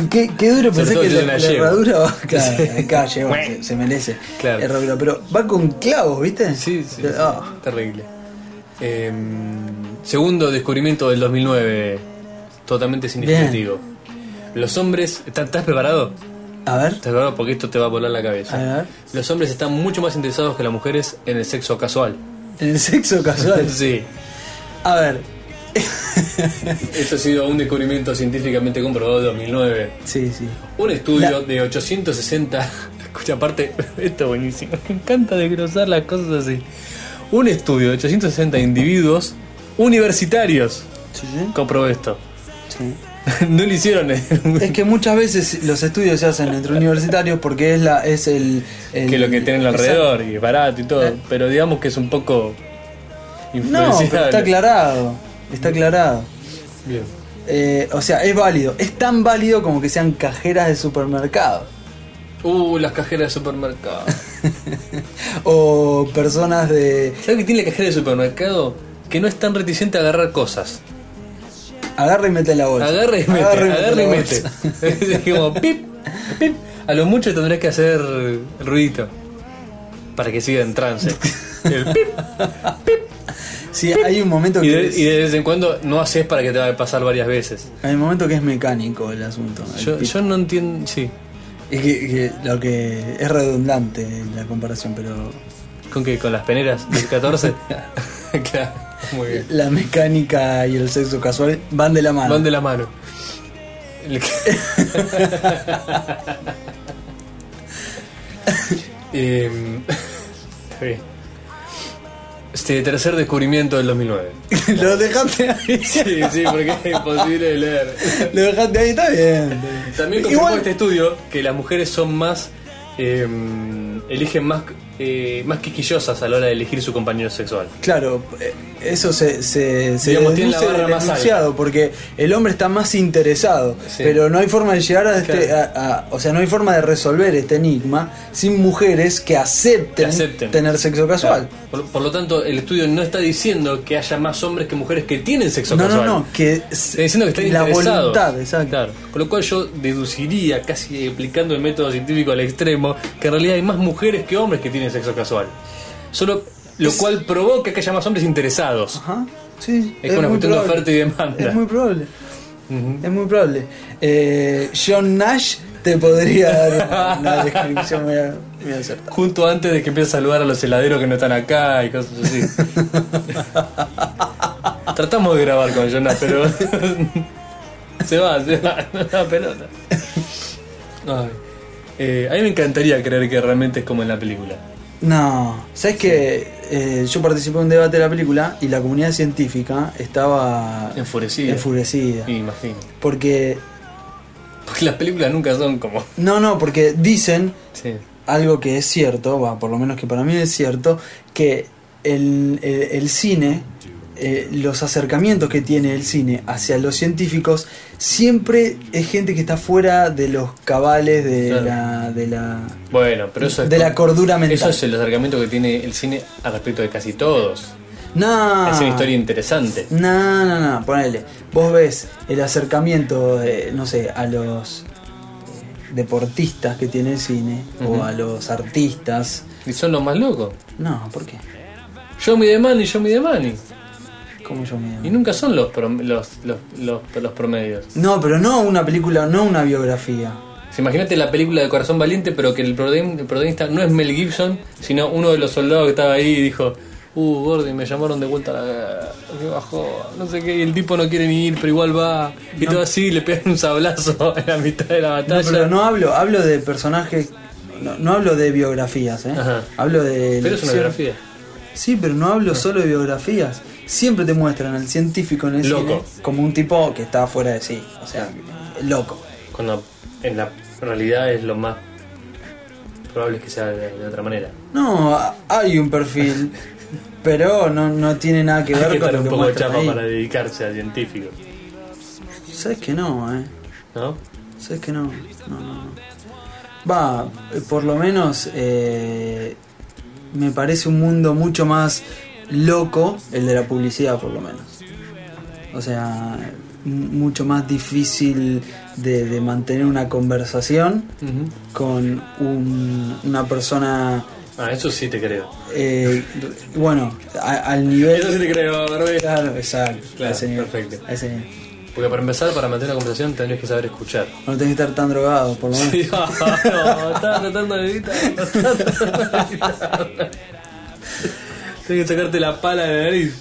S1: Qué, qué duro pensé
S2: todo
S1: que
S2: si
S1: la,
S2: es una
S1: la
S2: yegua.
S1: herradura va claro, acá llegó, se, se merece.
S2: Claro.
S1: Herradura, pero va con clavos, ¿viste?
S2: Sí, sí, sí,
S1: Ah,
S2: terrible. Eh, segundo descubrimiento del 2009, totalmente significativo. Los hombres, ¿estás estás preparado?
S1: a ver.
S2: Te aclaro porque esto te va a volar la
S1: A
S2: cabeza.
S1: ver.
S2: Los hombres están mucho más interesados que las mujeres en el sexo casual.
S1: En el sexo casual.
S2: Sí.
S1: A ver,
S2: Esto ha sido un descubrimiento científicamente comprobado en 2009.
S1: sí, sí.
S2: Un estudio
S1: La-
S2: de 860. Escucha, aparte, esto es buenísimo. Me encanta desglosar las cosas así. Un estudio de 860 individuos universitarios
S1: Sí, sí.
S2: comprobó esto.
S1: Sí.
S2: No lo hicieron.
S1: Es que muchas veces los estudios se hacen entre universitarios porque es la es el, el-
S2: que lo que tienen alrededor y es barato y todo. Pero digamos que es un poco.
S1: Exacto. No, pero
S2: influenciable.
S1: está aclarado. Está aclarado.
S2: Bien.
S1: eh, o sea, es válido. Es tan válido como que sean cajeras de supermercado.
S2: Uh, las cajeras de supermercado.
S1: O personas de...
S2: ¿Sabes qué tiene la cajera de supermercado? Que no es tan reticente a agarrar cosas.
S1: Agarra y mete la bolsa.
S2: Agarra y mete,
S1: Agarra
S2: agarra y
S1: la
S2: mete.
S1: bolsa.
S2: Es como pip, pip. A lo mucho tendrás que hacer ruidito para que siga en trance. El pip.
S1: Sí, hay un momento
S2: Y
S1: que...
S2: de,
S1: es-
S2: y de vez en cuando no haces para que te vaya a pasar varias veces.
S1: Hay un momento que es mecánico el asunto. el
S2: Yo,
S1: pip.
S2: yo no entiendo. Sí.
S1: Es que, que lo que es redundante la comparación, pero
S2: ¿Con qué? ¿Con las peneras del 14? claro. Muy bien.
S1: la mecánica y el sexo casual van de la mano.
S2: Van de la mano. El- Em, está bien. Este tercer descubrimiento del 2009.
S1: lo dejaste ahí.
S2: Sí, sí, porque es imposible de leer.
S1: Lo dejaste ahí, está bien.
S2: También confirmó
S1: Igual,
S2: este estudio que las mujeres son más. em, eligen más, eh, más quisquillosas a la hora de elegir su compañero sexual.
S1: Claro, eh, eso se, se, se
S2: Digamos, tiene la
S1: deduce
S2: barra
S1: del
S2: más alta.
S1: enunciado, porque el hombre está más interesado,
S2: Sí.
S1: pero no hay forma de llegar a este...
S2: Claro.
S1: a- a- o sea, no hay forma de resolver este enigma sin mujeres que acepten,
S2: Que acepten.
S1: tener sexo casual.
S2: Por, por lo tanto, el estudio no está diciendo que haya más hombres que mujeres que tienen sexo
S1: No, no,
S2: casual.
S1: no, que,
S2: Está diciendo que están
S1: la
S2: interesados.
S1: voluntad, exacto.
S2: Claro. Con lo cual yo deduciría, casi aplicando el método científico al extremo, que en realidad hay más mujeres que hombres que tienen sexo casual. Solo lo cual provoca que haya más hombres interesados.
S1: Ajá, sí.
S2: Es una
S1: muy
S2: cuestión de
S1: probable.
S2: oferta y demanda.
S1: Es muy probable. Es muy probable. Eh, John Nash te podría dar una descripción muy, muy acertada.
S2: Junto antes de que empiece a saludar a los heladeros que no están acá y cosas así. Tratamos de grabar con Jonas, pero. se va, se va, no da pelota. Ay. Eh, a mí me encantaría creer que realmente es como en la película.
S1: No, sabes que eh, yo participé en un debate de la película y la comunidad científica estaba
S2: Enfurecida.
S1: enfurecida.
S2: Me imagino.
S1: Porque,
S2: Porque las películas nunca son como.
S1: no, no, porque dicen
S2: Sí.
S1: algo que es cierto, va, por lo menos que para mí es cierto, que el, el- el cine, eh, los acercamientos que tiene el cine hacia los científicos, siempre es gente que está fuera de los cabales de
S2: Claro.
S1: la, de la,
S2: Bueno, pero eso es.
S1: de la cordura mental.
S2: Eso es el acercamiento que tiene el cine al respecto de casi todos.
S1: No.
S2: Es una historia interesante.
S1: No, no, no, ponele. Vos ves el acercamiento, eh, no sé, a los eh, deportistas que tiene el cine
S2: Ujú.
S1: o a los artistas.
S2: Y son los más locos.
S1: No, ¿por qué?
S2: Yo me de money, yo me de money.
S1: ¿Cómo yo me
S2: Y nunca son los, prom- los, los, los, los promedios.
S1: No, pero no una película, no una biografía.
S2: Si Imagínate la película de Corazón Valiente, pero que el protagon- el protagonista no es Mel Gibson, sino uno de los soldados que estaba ahí y dijo: Uh, Gordy, me llamaron de vuelta a la guerra, qué bajó, no sé qué, y el tipo no quiere ni ir, pero igual va. Y todo así, le pegan un sablazo en la mitad de la
S1: No,
S2: batalla.
S1: pero no hablo, hablo de personajes, no, no hablo de biografías, ¿eh?
S2: Ajá.
S1: Hablo de...
S2: Pero es una
S1: elección.
S2: biografía. Ah.
S1: Sí, pero no hablo solo de biografías. Siempre te muestran al científico en el
S2: Loco.
S1: cine como un tipo que está fuera de sí, o sea, loco.
S2: Cuando en la realidad es lo más probable es que sea de, de otra manera.
S1: No, a- hay un perfil, pero no, no tiene nada que
S2: Hay
S1: ver
S2: que
S1: con
S2: estar
S1: lo
S2: un
S1: que
S2: poco de
S1: muestran
S2: chapa
S1: ahí.
S2: para dedicarse a científicos,
S1: Sabes que no, eh.
S2: ¿no?
S1: Sabes que no. No, no, no. Va, eh, por lo menos eh, me parece un mundo mucho más loco el de la publicidad, por lo menos. O sea, m- mucho más difícil de, de mantener una conversación con un- una persona,
S2: Ah, eso sí te creo.
S1: eh, bueno, a- al nivel...
S2: Eso sí te creo, Barbie.
S1: Claro, exacto.
S2: Claro,
S1: a ese nivel,
S2: perfecto.
S1: a ese nivel.
S2: Porque para empezar, para mantener la conversación, tendrías que saber escuchar.
S1: No tenés que estar tan drogado, por lo menos.
S2: Sí, no, estaba tratando de evitar. estaba tratando de evitar. Tengo que sacarte la pala de la nariz.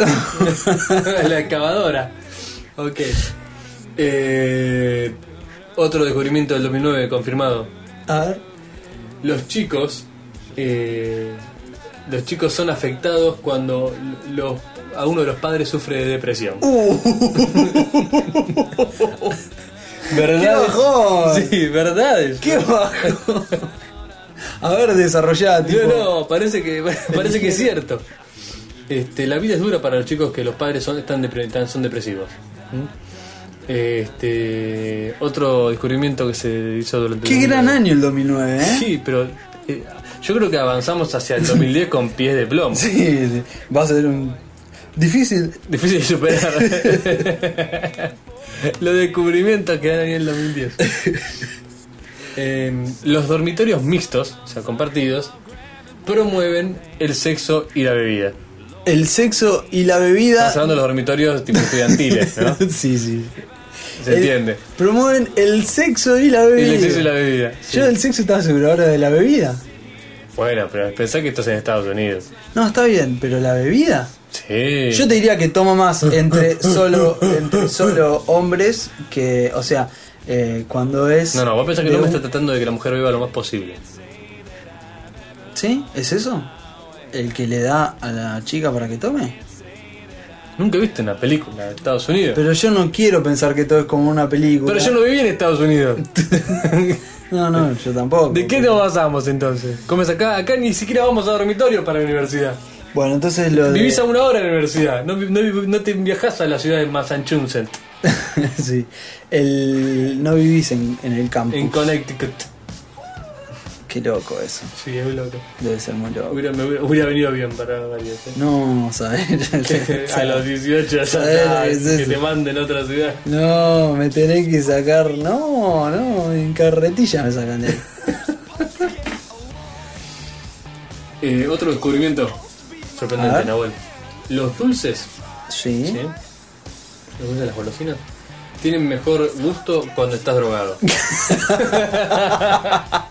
S2: la excavadora. Ok. Eh, otro descubrimiento del 2009 confirmado.
S1: A ver.
S2: Los chicos. eh, los chicos son afectados cuando los, a uno de los padres sufre de depresión.
S1: Uh. ¡Qué
S2: ¿Verdad?
S1: bajón!
S2: Sí, verdades.
S1: ¡Qué bajo! A ver, desarrollá, tipo.
S2: No, no, parece que, parece que es cierto. Este, la vida es dura para los chicos que los padres son, están, depre- están- son depresivos. ¿Mm? Este, otro descubrimiento que se hizo durante
S1: Qué
S2: el-
S1: gran año el 2009, ¿eh?
S2: Sí, pero eh, yo creo que avanzamos hacia el 2010 con pies de plomo.
S1: Sí, sí. va a ser un... Difícil.
S2: Difícil de superar. Los descubrimientos que dan ahí en el 2010. Eh, los dormitorios mixtos, o sea, compartidos, promueven el sexo y la bebida.
S1: El sexo y la bebida...
S2: Estamos hablando de los dormitorios tipo estudiantiles, ¿no?
S1: sí, sí.
S2: Se entiende.
S1: Eh, promueven el sexo y la bebida.
S2: El sexo y la bebida. sí.
S1: Yo del sexo estaba seguro ahora de la bebida.
S2: Bueno, pero pensá que esto es en Estados Unidos.
S1: No, está bien, pero la bebida.
S2: Sí.
S1: Yo te diría que toma más entre solo, entre solo hombres que, o sea, eh, cuando es...
S2: No, no, vos pensás que
S1: de
S2: no me
S1: un-
S2: está tratando de que la mujer beba lo más posible.
S1: ¿Sí? ¿Es eso? ¿El que le da a la chica para que tome?
S2: Nunca viste una película de Estados Unidos. Pero,
S1: Pero yo no quiero pensar que todo es como una película.
S2: yo no viví en Estados Unidos.
S1: No, no, yo tampoco.
S2: ¿De qué nos basamos entonces? ¿Comes acá? Acá ni siquiera vamos a dormitorio para la universidad.
S1: Bueno, entonces lo de...
S2: Vivís a una hora en la universidad. No, vi- no vi- no te viajás a la ciudad de Massachusetts,
S1: sí. El... No vivís en, en el campo.
S2: en Connecticut.
S1: Qué loco eso.
S2: Sí, es loco.
S1: Debe ser muy loco.
S2: Hubiera, me hubiera, hubiera venido bien para varios. ¿eh?
S1: No, ¿sabes?
S2: a los 18 ya
S1: Saber,
S2: está,
S1: es
S2: que
S1: eso.
S2: te manden a otra ciudad.
S1: No, me tenés que sacar. No, no, en carretilla me sacan de ahí.
S2: Eh, otro descubrimiento
S1: A
S2: sorprendente,
S1: ver.
S2: Nahuel. Los dulces,
S1: Sí.
S2: ¿sí? Los dulces de las golosinas, tienen mejor gusto cuando estás drogado.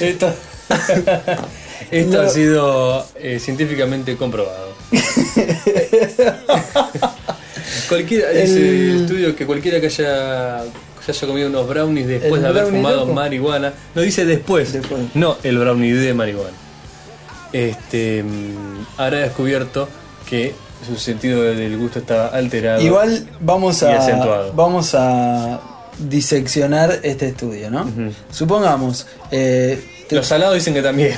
S2: Esto, esto ha sido eh, científicamente comprobado. cualquiera, dice el estudio que cualquiera que haya, que haya comido unos brownies después
S1: El
S2: de haber
S1: brownie
S2: fumado
S1: loco.
S2: marihuana, no dice después,
S1: Después.
S2: no el brownie de marihuana, este mm, habrá descubierto que su sentido del gusto estaba alterado.
S1: Igual vamos
S2: Y
S1: a.
S2: acentuado.
S1: Vamos a diseccionar este estudio, ¿no? Supongamos. eh, te-
S2: Los salados dicen que también.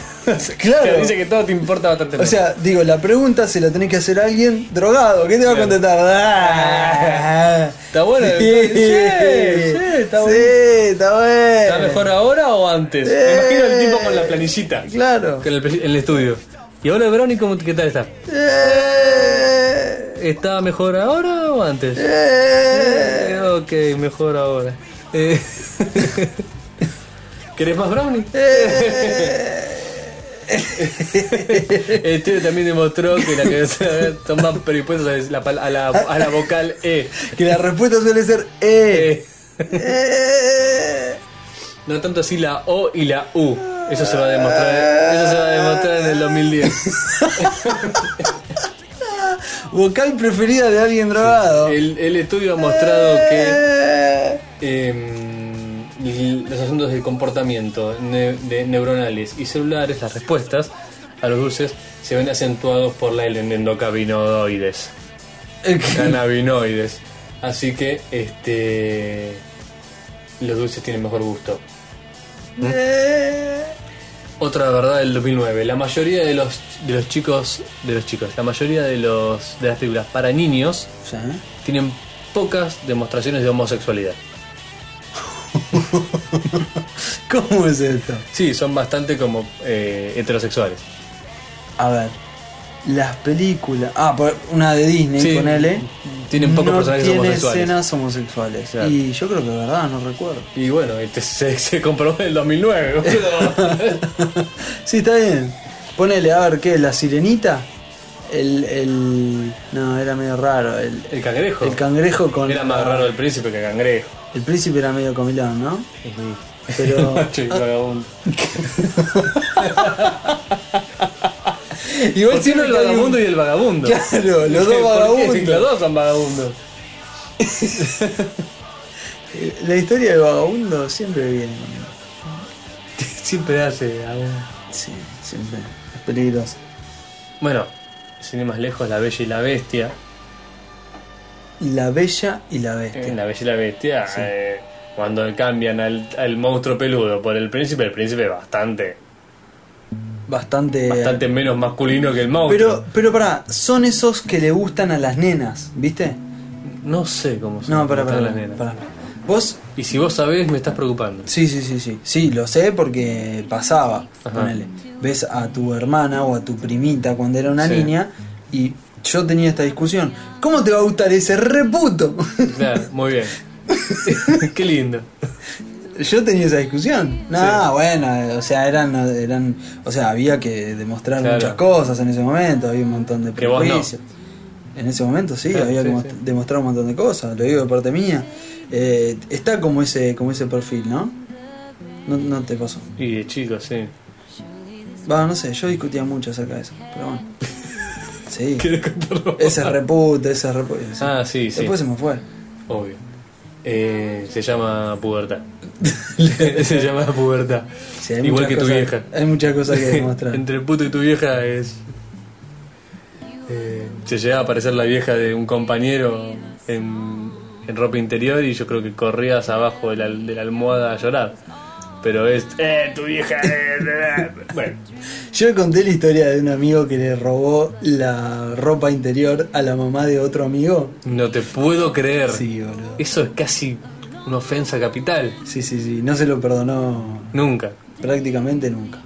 S1: Claro.
S2: Dice que todo te importa bastante.
S1: o sea, digo, la pregunta se la tenés que hacer a alguien drogado. ¿Qué te va a
S2: Claro.
S1: contestar? Ah.
S2: Está bueno,
S1: Sí,
S2: sí, sí, está
S1: Sí,
S2: bueno.
S1: está bueno.
S2: ¿Está mejor ahora o antes? Me
S1: Eh.
S2: imagino el tipo con la planillita.
S1: Claro.
S2: Con el, pre- en el estudio. Y ahora el brownie, cómo- ¿qué tal está?
S1: Eh,
S2: ¿Está mejor ahora o antes?
S1: eh.
S2: Eh, ok, mejor ahora. Eh, ¿Querés más brownie? Eh. El estudio también demostró que la que se toma predispuestos a la, pal- a la, a la vocal E.
S1: Que la respuesta suele ser eh.
S2: Eh,
S1: Eh.
S2: no tanto así la O y la U. Eso se va a demostrar, eso se va a demostrar en el 2010.
S1: Vocal preferida de alguien drogado.
S2: El, el estudio ha mostrado que
S1: Eh.
S2: em, y los asuntos de comportamiento ne- de neuronales y celulares, las respuestas a los dulces se ven acentuados por la endocannabinoides. Cannabinoides. Así que este los dulces tienen mejor gusto.
S1: Eh.
S2: Otra verdad del 2009, la mayoría de los de los chicos, de los chicos, la mayoría de los de las películas para niños
S1: Sí.
S2: tienen pocas demostraciones de homosexualidad.
S1: ¿Cómo es esto?
S2: Sí, son bastante como eh, heterosexuales.
S1: A ver. Las películas. Ah, por- una de Disney,
S2: Sí,
S1: ponele.
S2: tienen pocos
S1: no
S2: personajes
S1: tiene
S2: homosexuales.
S1: escenas homosexuales.
S2: Claro.
S1: Y yo creo que es verdad, no recuerdo.
S2: Y bueno, este se, se comprobó en el 2009, boludo.
S1: Sí, está bien. Ponele, a ver, ¿qué? ¿La sirenita? El. el... No, era medio raro. El,
S2: El cangrejo.
S1: el cangrejo con.
S2: Era más raro el príncipe que el cangrejo.
S1: El príncipe era medio comilón, ¿no? Pero.
S2: Macho y vagabundo.
S1: Igual
S2: ¿Por qué no el
S1: que hay un-
S2: vagabundo y el vagabundo?
S1: Claro, los
S2: ¿Por
S1: dos
S2: qué? Los
S1: vagabundos.
S2: dos son vagabundos.
S1: La historia del vagabundo siempre viene con-
S2: Siempre hace a un-
S1: Sí, siempre. Es peligroso.
S2: Bueno, sin ir más lejos, La Bella y la Bestia.
S1: La bella y la
S2: Eh,
S1: bestia.
S2: La Bella y la Bestia, eh, cuando cambian al, al monstruo peludo por el príncipe, el príncipe es bastante,
S1: Bastante.
S2: bastante menos masculino que el monstruo.
S1: Pero, pero pará, son esos que le gustan a las nenas, ¿viste?
S2: No sé cómo son
S1: No, para,
S2: todas
S1: para,
S2: las nenas.
S1: Vos,
S2: Y si vos sabés, me estás preocupando.
S1: sí, sí, sí, sí. Sí, lo sé porque pasaba.
S2: Ajá.
S1: Ponele. Ves a tu hermana o a tu primita cuando era una
S2: Sí.
S1: niña y yo tenía esta discusión. ¿Cómo te va a gustar ese reputo?
S2: Claro, muy bien. Qué lindo.
S1: Yo tenía esa discusión. No,
S2: Sí.
S1: bueno, eh, o sea, eran, eran, o sea, había que demostrar
S2: Claro.
S1: muchas cosas en ese momento, había un montón de
S2: Que vos no.
S1: prejuicios. En ese momento sí,
S2: Claro,
S1: había
S2: sí,
S1: que mo-
S2: sí.
S1: demostrar un montón de cosas, lo digo de parte mía. Eh, está como ese, como ese perfil, ¿no? No, no te pasó.
S2: Y de chico, sí.
S1: Va, no sé, yo discutía mucho acerca de eso, pero bueno. Sí.
S2: ¿Quieres contarlo?
S1: Ese reputo, ese reputo. sí.
S2: Ah, sí, sí.
S1: Después se me fue.
S2: Obvio. Eh, se llama pubertad. se llama pubertad.
S1: Sí, hay
S2: Igual
S1: muchas
S2: que tu
S1: cosas-
S2: vieja.
S1: Hay muchas cosas que demostrar.
S2: Entre el puto y tu vieja es. eh, se llega a aparecer la vieja de un compañero en, en ropa interior y yo creo que corrías abajo de la, de la almohada a llorar. Pero es. ¡Eh, tu vieja! eh, eh, eh". bueno,
S1: Yo conté la historia de un amigo que le robó la ropa interior a la mamá de otro amigo.
S2: no te puedo creer.
S1: Sí, boludo.
S2: Eso es casi una ofensa capital.
S1: Sí, sí, sí. No se lo perdonó
S2: Nunca.
S1: prácticamente nunca.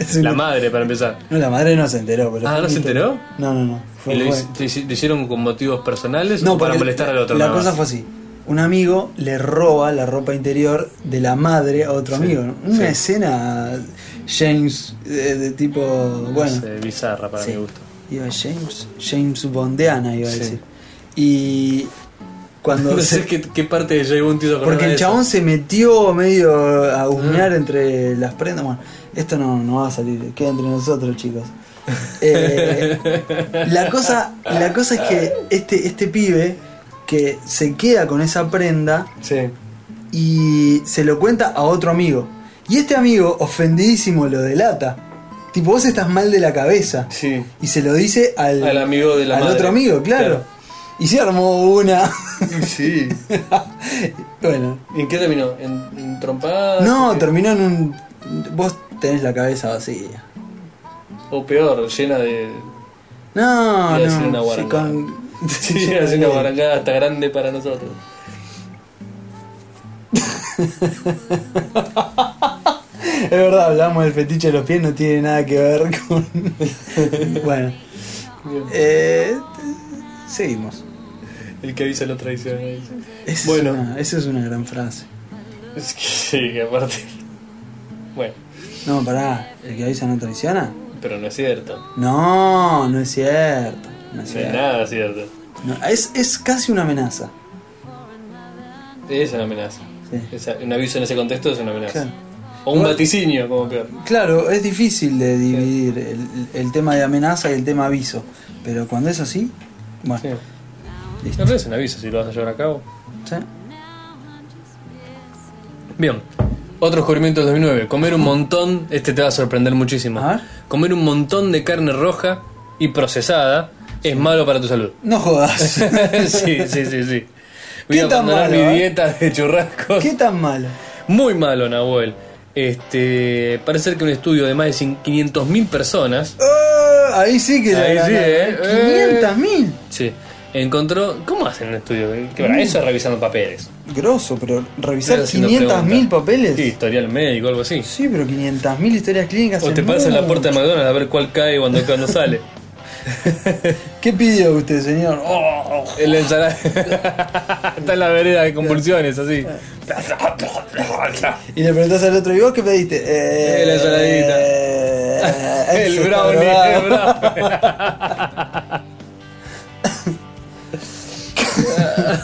S1: Es un-
S2: La madre, para empezar.
S1: no, la madre no se enteró. Pero
S2: Ah,
S1: fue
S2: ¿no se
S1: un-
S2: enteró?
S1: No, no, no. Fue-
S2: ¿Y lo,
S1: fue-
S2: hic- te hici- te hicieron con motivos personales
S1: No,
S2: o para
S1: porque
S2: molestar al otro?
S1: La
S2: nada
S1: cosa
S2: más?
S1: fue así. Un amigo le roba la ropa interior de la madre a otro amigo. ¿no? Una
S2: sí.
S1: escena James eh, de tipo... Bueno.
S2: Es, eh, bizarra para
S1: Sí.
S2: mi gusto.
S1: Iba James, James Bondeana iba a
S2: Sí.
S1: decir. Y cuando
S2: No
S1: se-
S2: sé qué, qué parte de Jay Bunty hizo acordar
S1: porque
S2: a
S1: el
S2: eso. Ah.
S1: chabón se metió medio a husmear entre las prendas. Bueno, esto no, no va a salir, queda entre nosotros, chicos. Eh, la, cosa, la cosa es que este, este pibe que se queda con esa prenda
S2: Sí.
S1: y se lo cuenta a otro amigo. Y este amigo, ofendidísimo, lo delata. Tipo, vos estás mal de la cabeza.
S2: Sí.
S1: Y se lo dice al,
S2: Al amigo de la
S1: Eh, al
S2: madre.
S1: otro amigo, claro.
S2: Claro.
S1: Y se armó una.
S2: Sí.
S1: bueno.
S2: ¿En qué terminó? ¿En, en trompadas?
S1: No,
S2: ¿O qué?
S1: terminó en un. Vos tenés la cabeza vacía.
S2: O peor, llena de.
S1: No,
S2: Iba a decir una
S1: no. sí,
S2: guarangada. Sí, hace una barangada hasta grande para nosotros.
S1: Es verdad, hablamos del fetiche de los pies, no tiene nada que ver con. bueno.
S2: Bien.
S1: Eh, seguimos. Eh.
S2: El que avisa lo traiciona. dice.
S1: Esa
S2: Bueno.
S1: es una, esa es una gran frase.
S2: Es que sí, que aparte. Bueno,
S1: No, pará, el que avisa no traiciona.
S2: pero no es cierto.
S1: No, no es cierto. No es
S2: No es
S1: cierto.
S2: nada cierto.
S1: No, es, es casi una amenaza.
S2: Es una amenaza.
S1: Sí.
S2: Esa- un aviso en ese contexto es una amenaza.
S1: Claro.
S2: O un vaticinio, como peor.
S1: Claro, es difícil de dividir el, el tema de amenaza y el tema aviso. Pero cuando es así, bueno,
S2: Sí.
S1: listo.
S2: En realidad es un aviso si lo vas a llevar a cabo.
S1: ¿Sí?
S2: Bien. Otro descubrimiento del 2009. Comer un montón, este te va a sorprender muchísimo.
S1: A ver.
S2: Comer un montón de carne roja y procesada es malo para tu salud.
S1: No jodas.
S2: sí, sí, sí, sí. Voy
S1: ¿Qué
S2: a
S1: tan
S2: abandonar
S1: malo,
S2: mi
S1: eh?
S2: dieta de churrascos.
S1: ¿Qué tan malo?
S2: Muy malo, Nahuel. Este, parece ser que un estudio de más de 500.000 500.000 personas
S1: Ah, ahí sí que la
S2: Ahí sí,
S1: la-
S2: eh.
S1: 500.000.
S2: sí, encontró. ¿Cómo hacen un estudio? Que para eso es revisando papeles.
S1: Grosso, pero revisar
S2: Estoy haciendo
S1: 500.000
S2: preguntas.
S1: papeles.
S2: Sí, historial médico, algo así.
S1: Sí, pero 500.000 historias clínicas.
S2: O
S1: es
S2: te pasas en la
S1: mucho.
S2: puerta de McDonald's a ver cuál cae cuando, cuando sale.
S1: ¿Qué pidió usted, señor? Oh,
S2: En la ensalada. Está en la vereda de convulsiones, así.
S1: Y le preguntás al otro, ¿y vos qué pediste? Eh,
S2: Eh, la ensaladita.
S1: eh,
S2: El
S1: ese
S2: brownie,
S1: colorado.
S2: el brownie.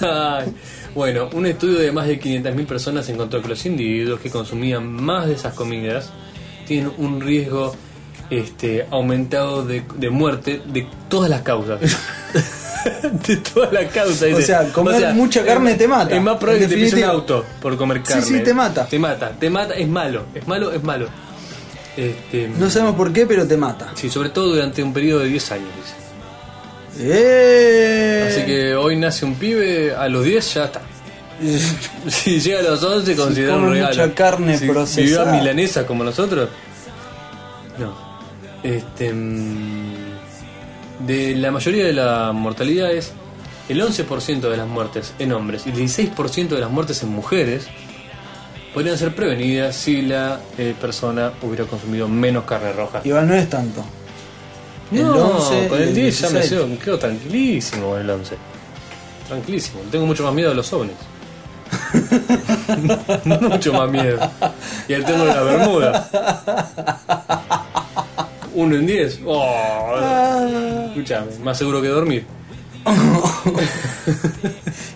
S2: Ay. Bueno, un estudio de más de 500.000 personas encontró que los individuos que consumían más de esas comidas tienen un riesgo este, aumentado de, de muerte de todas las causas. de todas las causas. dice.
S1: sea, comer mucha carne
S2: es-
S1: te mata,
S2: Es más probable
S1: en
S2: que te pise un
S1: definitiva.
S2: auto por comer
S1: Sí,
S2: carne.
S1: sí, te mata.
S2: Te mata, te mata, es malo, es malo, es malo. Este,
S1: No sabemos por qué, pero te mata.
S2: Sí, sobre todo durante un periodo de 10 años. dice.
S1: Eh.
S2: Así que hoy nace un pibe, a los 10 ya está. Si llega a los 11, considera
S1: come
S2: un regalo.
S1: mucha carne
S2: si
S1: procesada.
S2: vivió a milanesa como nosotros. No. Este. mm, De la mayoría de la mortalidad es el 11% de las muertes en hombres y el 16% de las muertes en mujeres podrían ser prevenidas si la eh, persona hubiera consumido menos carne roja.
S1: Igual no es tanto. el
S2: no,
S1: 11
S2: con
S1: y
S2: el
S1: el
S2: 10 ya me
S1: 16.
S2: quedo, me quedo tranquilísimo con el 11. Tranquilísimo. Tengo mucho más miedo a los ovnis. mucho más miedo. Y al tengo de la bermuda. Uno en 10. Oh, escúchame, más seguro que dormir.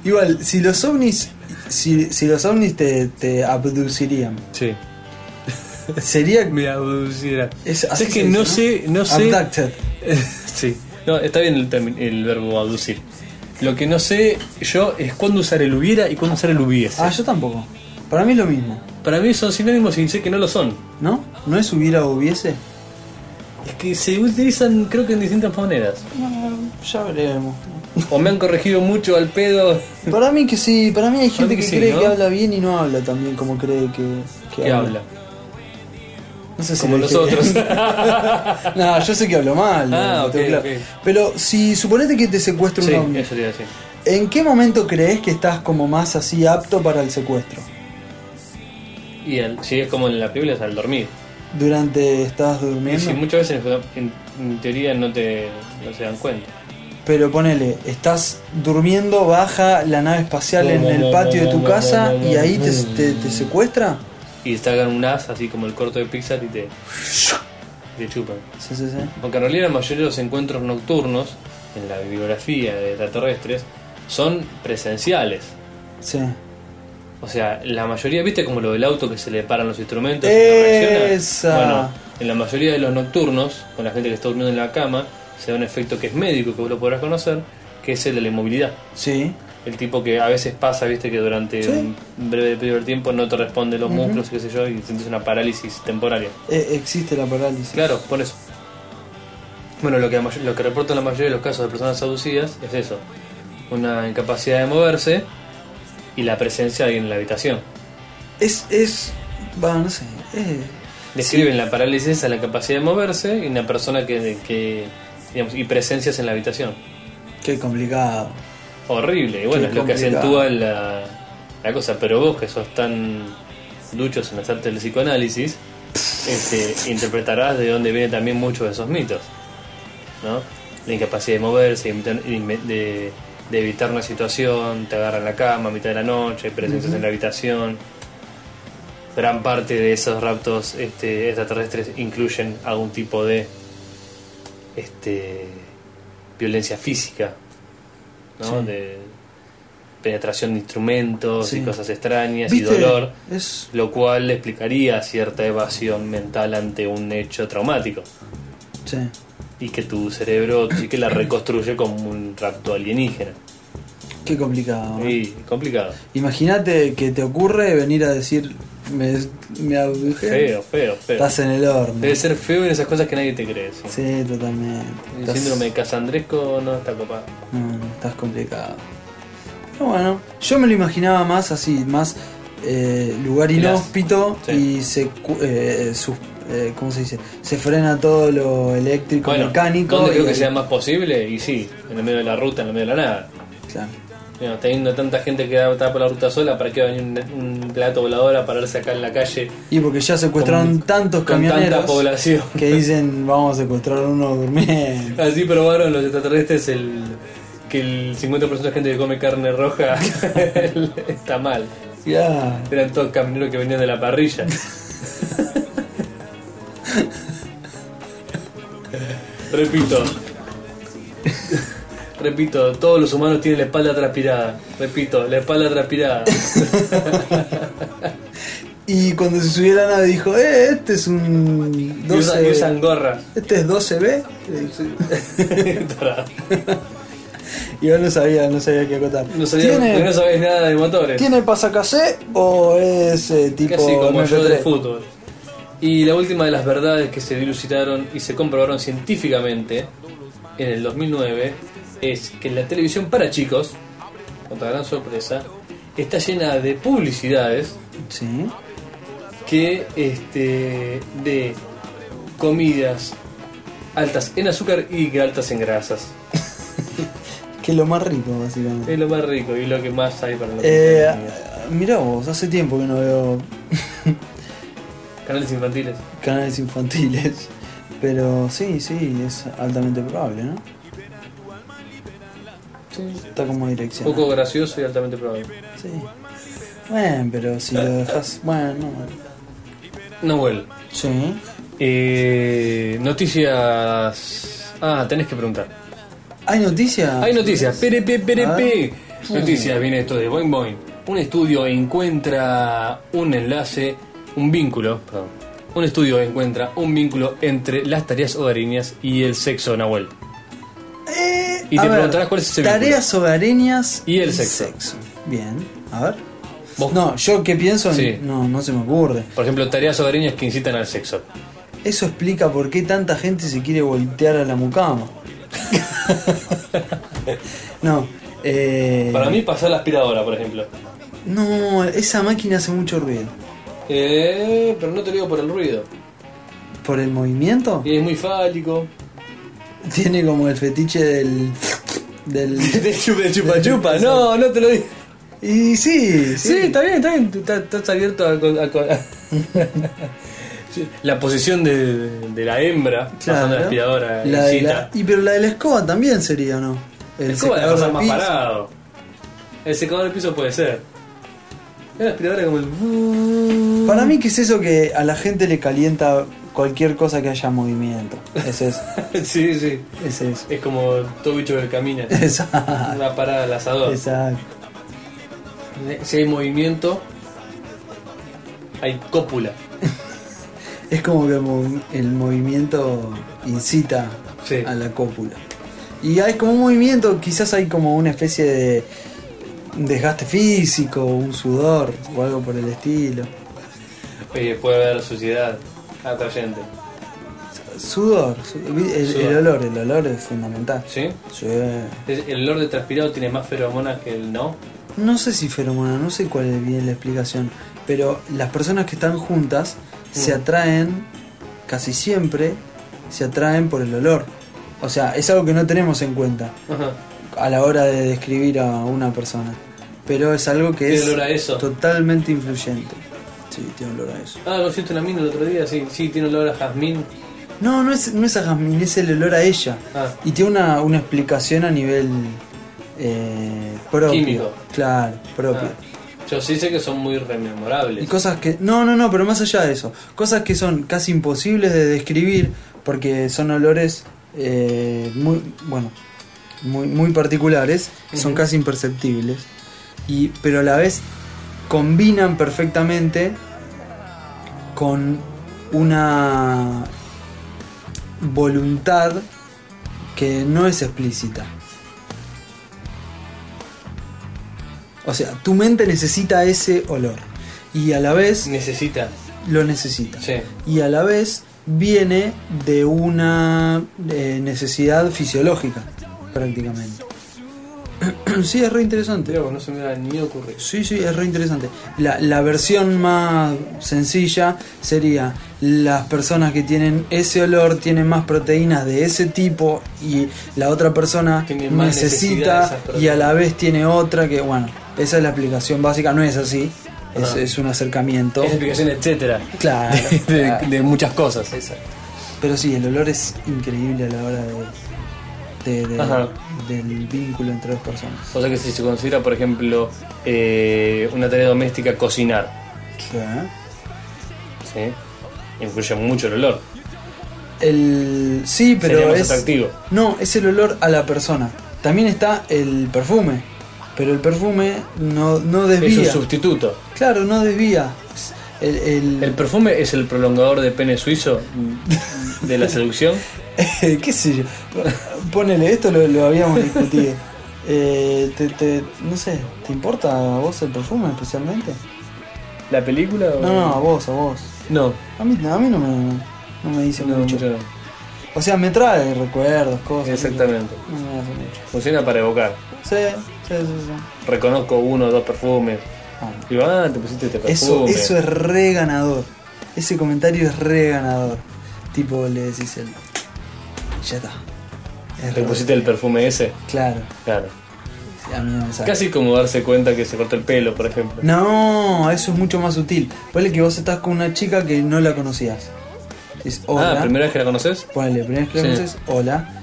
S1: Igual, si los ovnis, si, si los ovnis te, te abducirían,
S2: Sí.
S1: sería...
S2: Me abducirá.
S1: Es,
S2: Es,
S1: así se
S2: que
S1: dice,
S2: no sé, no sé.
S1: Abducted.
S2: sí. No, está bien el, termi- el verbo aducir. Lo que no sé yo es cuándo usar el hubiera y cuándo usar el hubiese.
S1: Ah, yo tampoco. Para mí es lo mismo,
S2: Para mí son sinónimos y sé que no lo son.
S1: ¿no? ¿No es hubiera o hubiese?
S2: Es que se utilizan creo que en distintas maneras.
S1: No, ya veremos.
S2: O me han corregido mucho al pedo
S1: Para mí que sí, para mí hay gente
S2: mí
S1: que
S2: sí,
S1: cree
S2: ¿no?
S1: que habla bien y no habla también como cree que, que
S2: que habla.
S1: No sé si
S2: Como
S1: lo dije
S2: nosotros.
S1: bien. no, yo sé que hablo mal.
S2: Ah,
S1: lo tengo
S2: ok,
S1: claro.
S2: ok.
S1: Pero si suponete que te secuestra un
S2: sí,
S1: ovni,
S2: eso te iba a decir.
S1: ¿en qué momento crees que estás como más así apto para el secuestro?
S2: Y el- si es como en la película es al dormir.
S1: Durante estás
S2: Y
S1: durmiendo.
S2: si muchas veces en, en teoría no te no se dan cuenta.
S1: Pero ponele, estás durmiendo, baja la nave espacial en el patio de tu casa y ahí te, te, te secuestra.
S2: Y sacan un as así como el corto de Pixar y te, te chupan.
S1: Sí, sí, sí.
S2: Porque en realidad la mayoría de los encuentros nocturnos en la bibliografía de extraterrestres son presenciales.
S1: Sí.
S2: O sea, la mayoría, ¿viste como lo del auto que se le paran los instrumentos?
S1: Esa.
S2: Y no reacciona? bueno, en la mayoría de los nocturnos, con la gente que está durmiendo en la cama, se da un efecto que es médico, que vos lo podrás conocer, que es el de la inmovilidad.
S1: Sí.
S2: El tipo que a veces pasa, viste, que durante
S1: Sí.
S2: un breve periodo de tiempo no te responde los músculos, qué sé yo, y sientes una parálisis temporaria.
S1: E- existe la parálisis.
S2: Claro, por eso. Bueno, lo que, la may- lo que reportan la mayoría de los casos de personas abducidas es eso: una incapacidad de moverse y la presencia de alguien en la habitación.
S1: Es, es. Va, no sé. eh,
S2: Describen la parálisis a la capacidad de moverse y una persona que, que digamos, y presencias en la habitación.
S1: qué complicado.
S2: Horrible, y bueno,
S1: Qué
S2: es lo que
S1: complicado.
S2: acentúa la, la cosa. Pero vos que sos tan duchos en las artes del psicoanálisis, este, interpretarás de dónde vienen también muchos de esos mitos. ¿no? La incapacidad de moverse, imitar- inme- de, de evitar una situación, te agarran la cama a mitad de la noche, presencias en la habitación. Gran parte de esos raptos este, extraterrestres incluyen algún tipo de este, violencia física, ¿no?
S1: Sí.
S2: de penetración de instrumentos y
S1: Sí.
S2: cosas extrañas y
S1: ¿Viste?
S2: dolor,
S1: Es.
S2: lo cual explicaría cierta evasión mental ante un hecho traumático
S1: Sí.
S2: y que tu cerebro sí que la reconstruye como un rapto alienígena.
S1: Qué complicado. ¿no?
S2: Y complicado.
S1: Imagínate que te ocurre venir a decir. Me, me abduje.
S2: Feo, feo, feo.
S1: Estás en el horno.
S2: Debe ser feo en esas cosas que nadie te cree. sí.
S1: Sí, totalmente.
S2: El
S1: Estás-
S2: síndrome de casandresco no está copado.
S1: No, no, estás complicado. Pero bueno, yo me lo imaginaba más así, más eh, lugar
S2: Las-
S1: inhóspito
S2: sí.
S1: y se, cu- eh, sus- eh, ¿cómo se dice? Se frena todo lo eléctrico,
S2: Bueno,
S1: mecánico.
S2: ¿dónde creo
S1: y-
S2: que sea más posible? Y sí, en el medio de la ruta, en el medio de la nada.
S1: Claro.
S2: Digamos, teniendo tanta gente que da por la ruta sola, ¿para qué va a venir un, un plato volador a pararse acá en la calle?
S1: Y porque ya secuestraron
S2: Con-
S1: tantos
S2: con tanta
S1: camioneros
S2: población.
S1: que dicen vamos a secuestrar uno durmiendo.
S2: Así probaron los extraterrestres el que el 50% de gente que come carne roja está mal.
S1: Ya.
S2: Eran todos camineros que venían de la parrilla. Repito. Repito, todos los humanos tienen la espalda transpirada. Repito, la espalda transpirada.
S1: Y cuando se subió la nave dijo, eh, este es un
S2: Y usan,
S1: 12,
S2: y usan gorra.
S1: este es 12B. Le dije.
S2: Tarado.
S1: Y yo no sabía, no sabía qué acotar.
S2: no, sabía-
S1: Tiene-
S2: no sabés nada de motores.
S1: ¿Tiene pasacassé o es eh, tipo
S2: Casi como yo del
S1: MP3?
S2: fútbol. Y la última de las verdades que se dilucidaron y se comprobaron científicamente en el 2009 es que la televisión para chicos, otra gran sorpresa, está llena de publicidades
S1: Sí.
S2: que este de comidas altas en azúcar y altas en grasas.
S1: Que es lo más rico, básicamente.
S2: Es lo más rico y lo que más hay para la
S1: Eh,
S2: compañía.
S1: mirá vos, hace tiempo que no veo
S2: Canales infantiles.
S1: canales infantiles. Pero sí, sí, es altamente probable, ¿no? Está como dirección.
S2: Poco gracioso y altamente probable.
S1: Sí. Bueno, pero si lo dejas. Bueno,
S2: Nahuel,
S1: sí.
S2: eh, noticias. Ah, tenés que preguntar.
S1: ¿Hay noticias?
S2: Hay noticias. Pere, pe, pere,
S1: Ah, A
S2: pe.
S1: ver.
S2: Noticias, viene esto de Boing Boing. Un estudio encuentra un enlace, un vínculo, perdón. Un estudio encuentra un vínculo entre las tareas hogareñas y el sexo de Nahuel.
S1: Eh,
S2: Y
S1: a
S2: te
S1: ver,
S2: preguntarás cuál es ese
S1: Tareas hogareñas
S2: Y el sexo.
S1: Bien, a ver.
S2: Vos-
S1: No, yo que pienso, en-
S2: Sí.
S1: no, no se me ocurre.
S2: Por ejemplo, tareas hogareñas que incitan al sexo.
S1: Eso explica por qué tanta gente se quiere voltear a la mucama. no, eh,
S2: Para mí, pasar la aspiradora, por ejemplo.
S1: No, esa máquina hace mucho ruido.
S2: Eh, pero no te lo digo por el ruido.
S1: ¿Por el movimiento?
S2: Y es muy fálico.
S1: Tiene como el fetiche del. del.
S2: De chupa, de chupa, chupa. No, no te lo digo.
S1: Y sí, sí.
S2: Sí, está bien, está bien. Tú estás- Estás abierto a. co- a co- Sí, la posición de, de la hembra pasando la aspiradora.
S1: La de la-
S2: incita.
S1: y pero la de la escoba también sería, ¿o ¿no?
S2: El escoba la
S1: secador
S2: pasa
S1: de
S2: más
S1: piso.
S2: parado. El secador de piso puede ser. La aspiradora como el.
S1: Para mí, que es eso que a la gente le calienta cualquier cosa que haya movimiento? Es eso.
S2: sí, sí.
S1: es eso.
S2: Es como todo bicho que camina.
S1: Exacto.
S2: Una parada al asador.
S1: Exacto.
S2: Si hay movimiento, hay cópula.
S1: Es como que el mov- el movimiento incita
S2: Sí.
S1: a la cópula. Y hay como un movimiento, quizás hay como una especie de desgaste físico, un sudor o algo por el estilo.
S2: Oye, Eh, puede haber suciedad atrayente.
S1: Sudor, su- vi- el,
S2: Sudor.
S1: el olor, el olor es fundamental.
S2: ¿Sí?
S1: Sí.
S2: Es- El olor de transpirado tiene más feromonas que el no.
S1: No sé si feromona, no sé cuál es bien la explicación, pero las personas que están juntas se
S2: Mm.
S1: atraen casi siempre, se atraen por el olor. O sea, es algo que no tenemos en cuenta.
S2: Ajá.
S1: a la hora de describir a una persona. Pero es algo que
S2: ¿Tiene
S1: es
S2: olor a eso?
S1: totalmente influyente. Sí, tiene olor a eso.
S2: Ah, conociste una mina el otro día, sí, sí, tiene olor a jazmín.
S1: No, no es, no es a Jasmine, es el olor a ella.
S2: Ah.
S1: Y tiene una, una explicación a nivel eh, propio.
S2: Químico.
S1: Claro, propio.
S2: Ah. Yo sí sé que son muy rememorables.
S1: Y cosas que... No, no, no, pero más allá de eso. Cosas que son casi imposibles de describir porque son olores eh, muy... Bueno, muy, muy particulares. Son casi imperceptibles. Y, pero a la vez combinan perfectamente con una voluntad que no es explícita. O sea, tu mente necesita ese olor y a la vez
S2: Necesita.
S1: lo necesita.
S2: Sí.
S1: Y a la vez viene de una eh, necesidad fisiológica, prácticamente. sí, es re interesante.
S2: Creo que no se me hubiera ni ocurrido.
S1: Sí, sí, es re interesante. La, la versión más sencilla sería las personas que tienen ese olor tienen más proteínas de ese tipo y la otra persona
S2: Tiene más necesidad de esas
S1: necesita y a la vez tiene otra que, bueno, esa es la explicación básica, no es así, es,
S2: Ajá.
S1: es un acercamiento.
S2: Ah. Es explicación, etcétera.
S1: Claro.
S2: De, de- de muchas cosas.
S1: Pero sí, el olor es increíble a la hora de, de- de-
S2: Ajá.
S1: del vínculo entre dos personas.
S2: O sea que si se considera, por ejemplo, eh, una tarea doméstica cocinar, ¿sí? Influye mucho el olor.
S1: El, sí, pero
S2: Sería más
S1: es
S2: atractivo.
S1: No, es el olor a la persona. También está el perfume, pero el perfume no, no
S2: Es un
S1: desvía.
S2: sustituto.
S1: Claro, no desvía. Es El, el-
S2: ¿El perfume es el prolongador de pene suizo de la seducción?
S1: ¿Qué sé yo? Ponele, esto lo, lo habíamos discutido. Eh, te- te- no sé, ¿te importa a vos el perfume especialmente?
S2: ¿La película? o-
S1: No, no, a vos, a vos.
S2: No,
S1: A mí, a mí no, me, no me dice
S2: no,
S1: mucho.
S2: mucho no.
S1: O sea, me trae recuerdos, cosas.
S2: Exactamente.
S1: No me hace mucho.
S2: Funciona para evocar.
S1: Sí, sí, sí. sí.
S2: Reconozco uno o dos perfumes.
S1: Ah,
S2: Digo, ah, te pusiste este
S1: Eso,
S2: perfume.
S1: eso es re ganador. Ese comentario es re ganador. Tipo, le decís el. Ya está. Es
S2: Le
S1: re-
S2: pusiste el perfume ese.
S1: Claro,
S2: Claro.
S1: sí, a mí no me sale.
S2: Casi como darse cuenta que se corta el pelo, por ejemplo.
S1: No, eso es mucho más sutil. Ponle que vos estás con una chica que no la conocías. Es hola.
S2: ah, ¿primera vez que la conoces?
S1: Ponele, primera vez que la
S2: Sí.
S1: conoces, hola.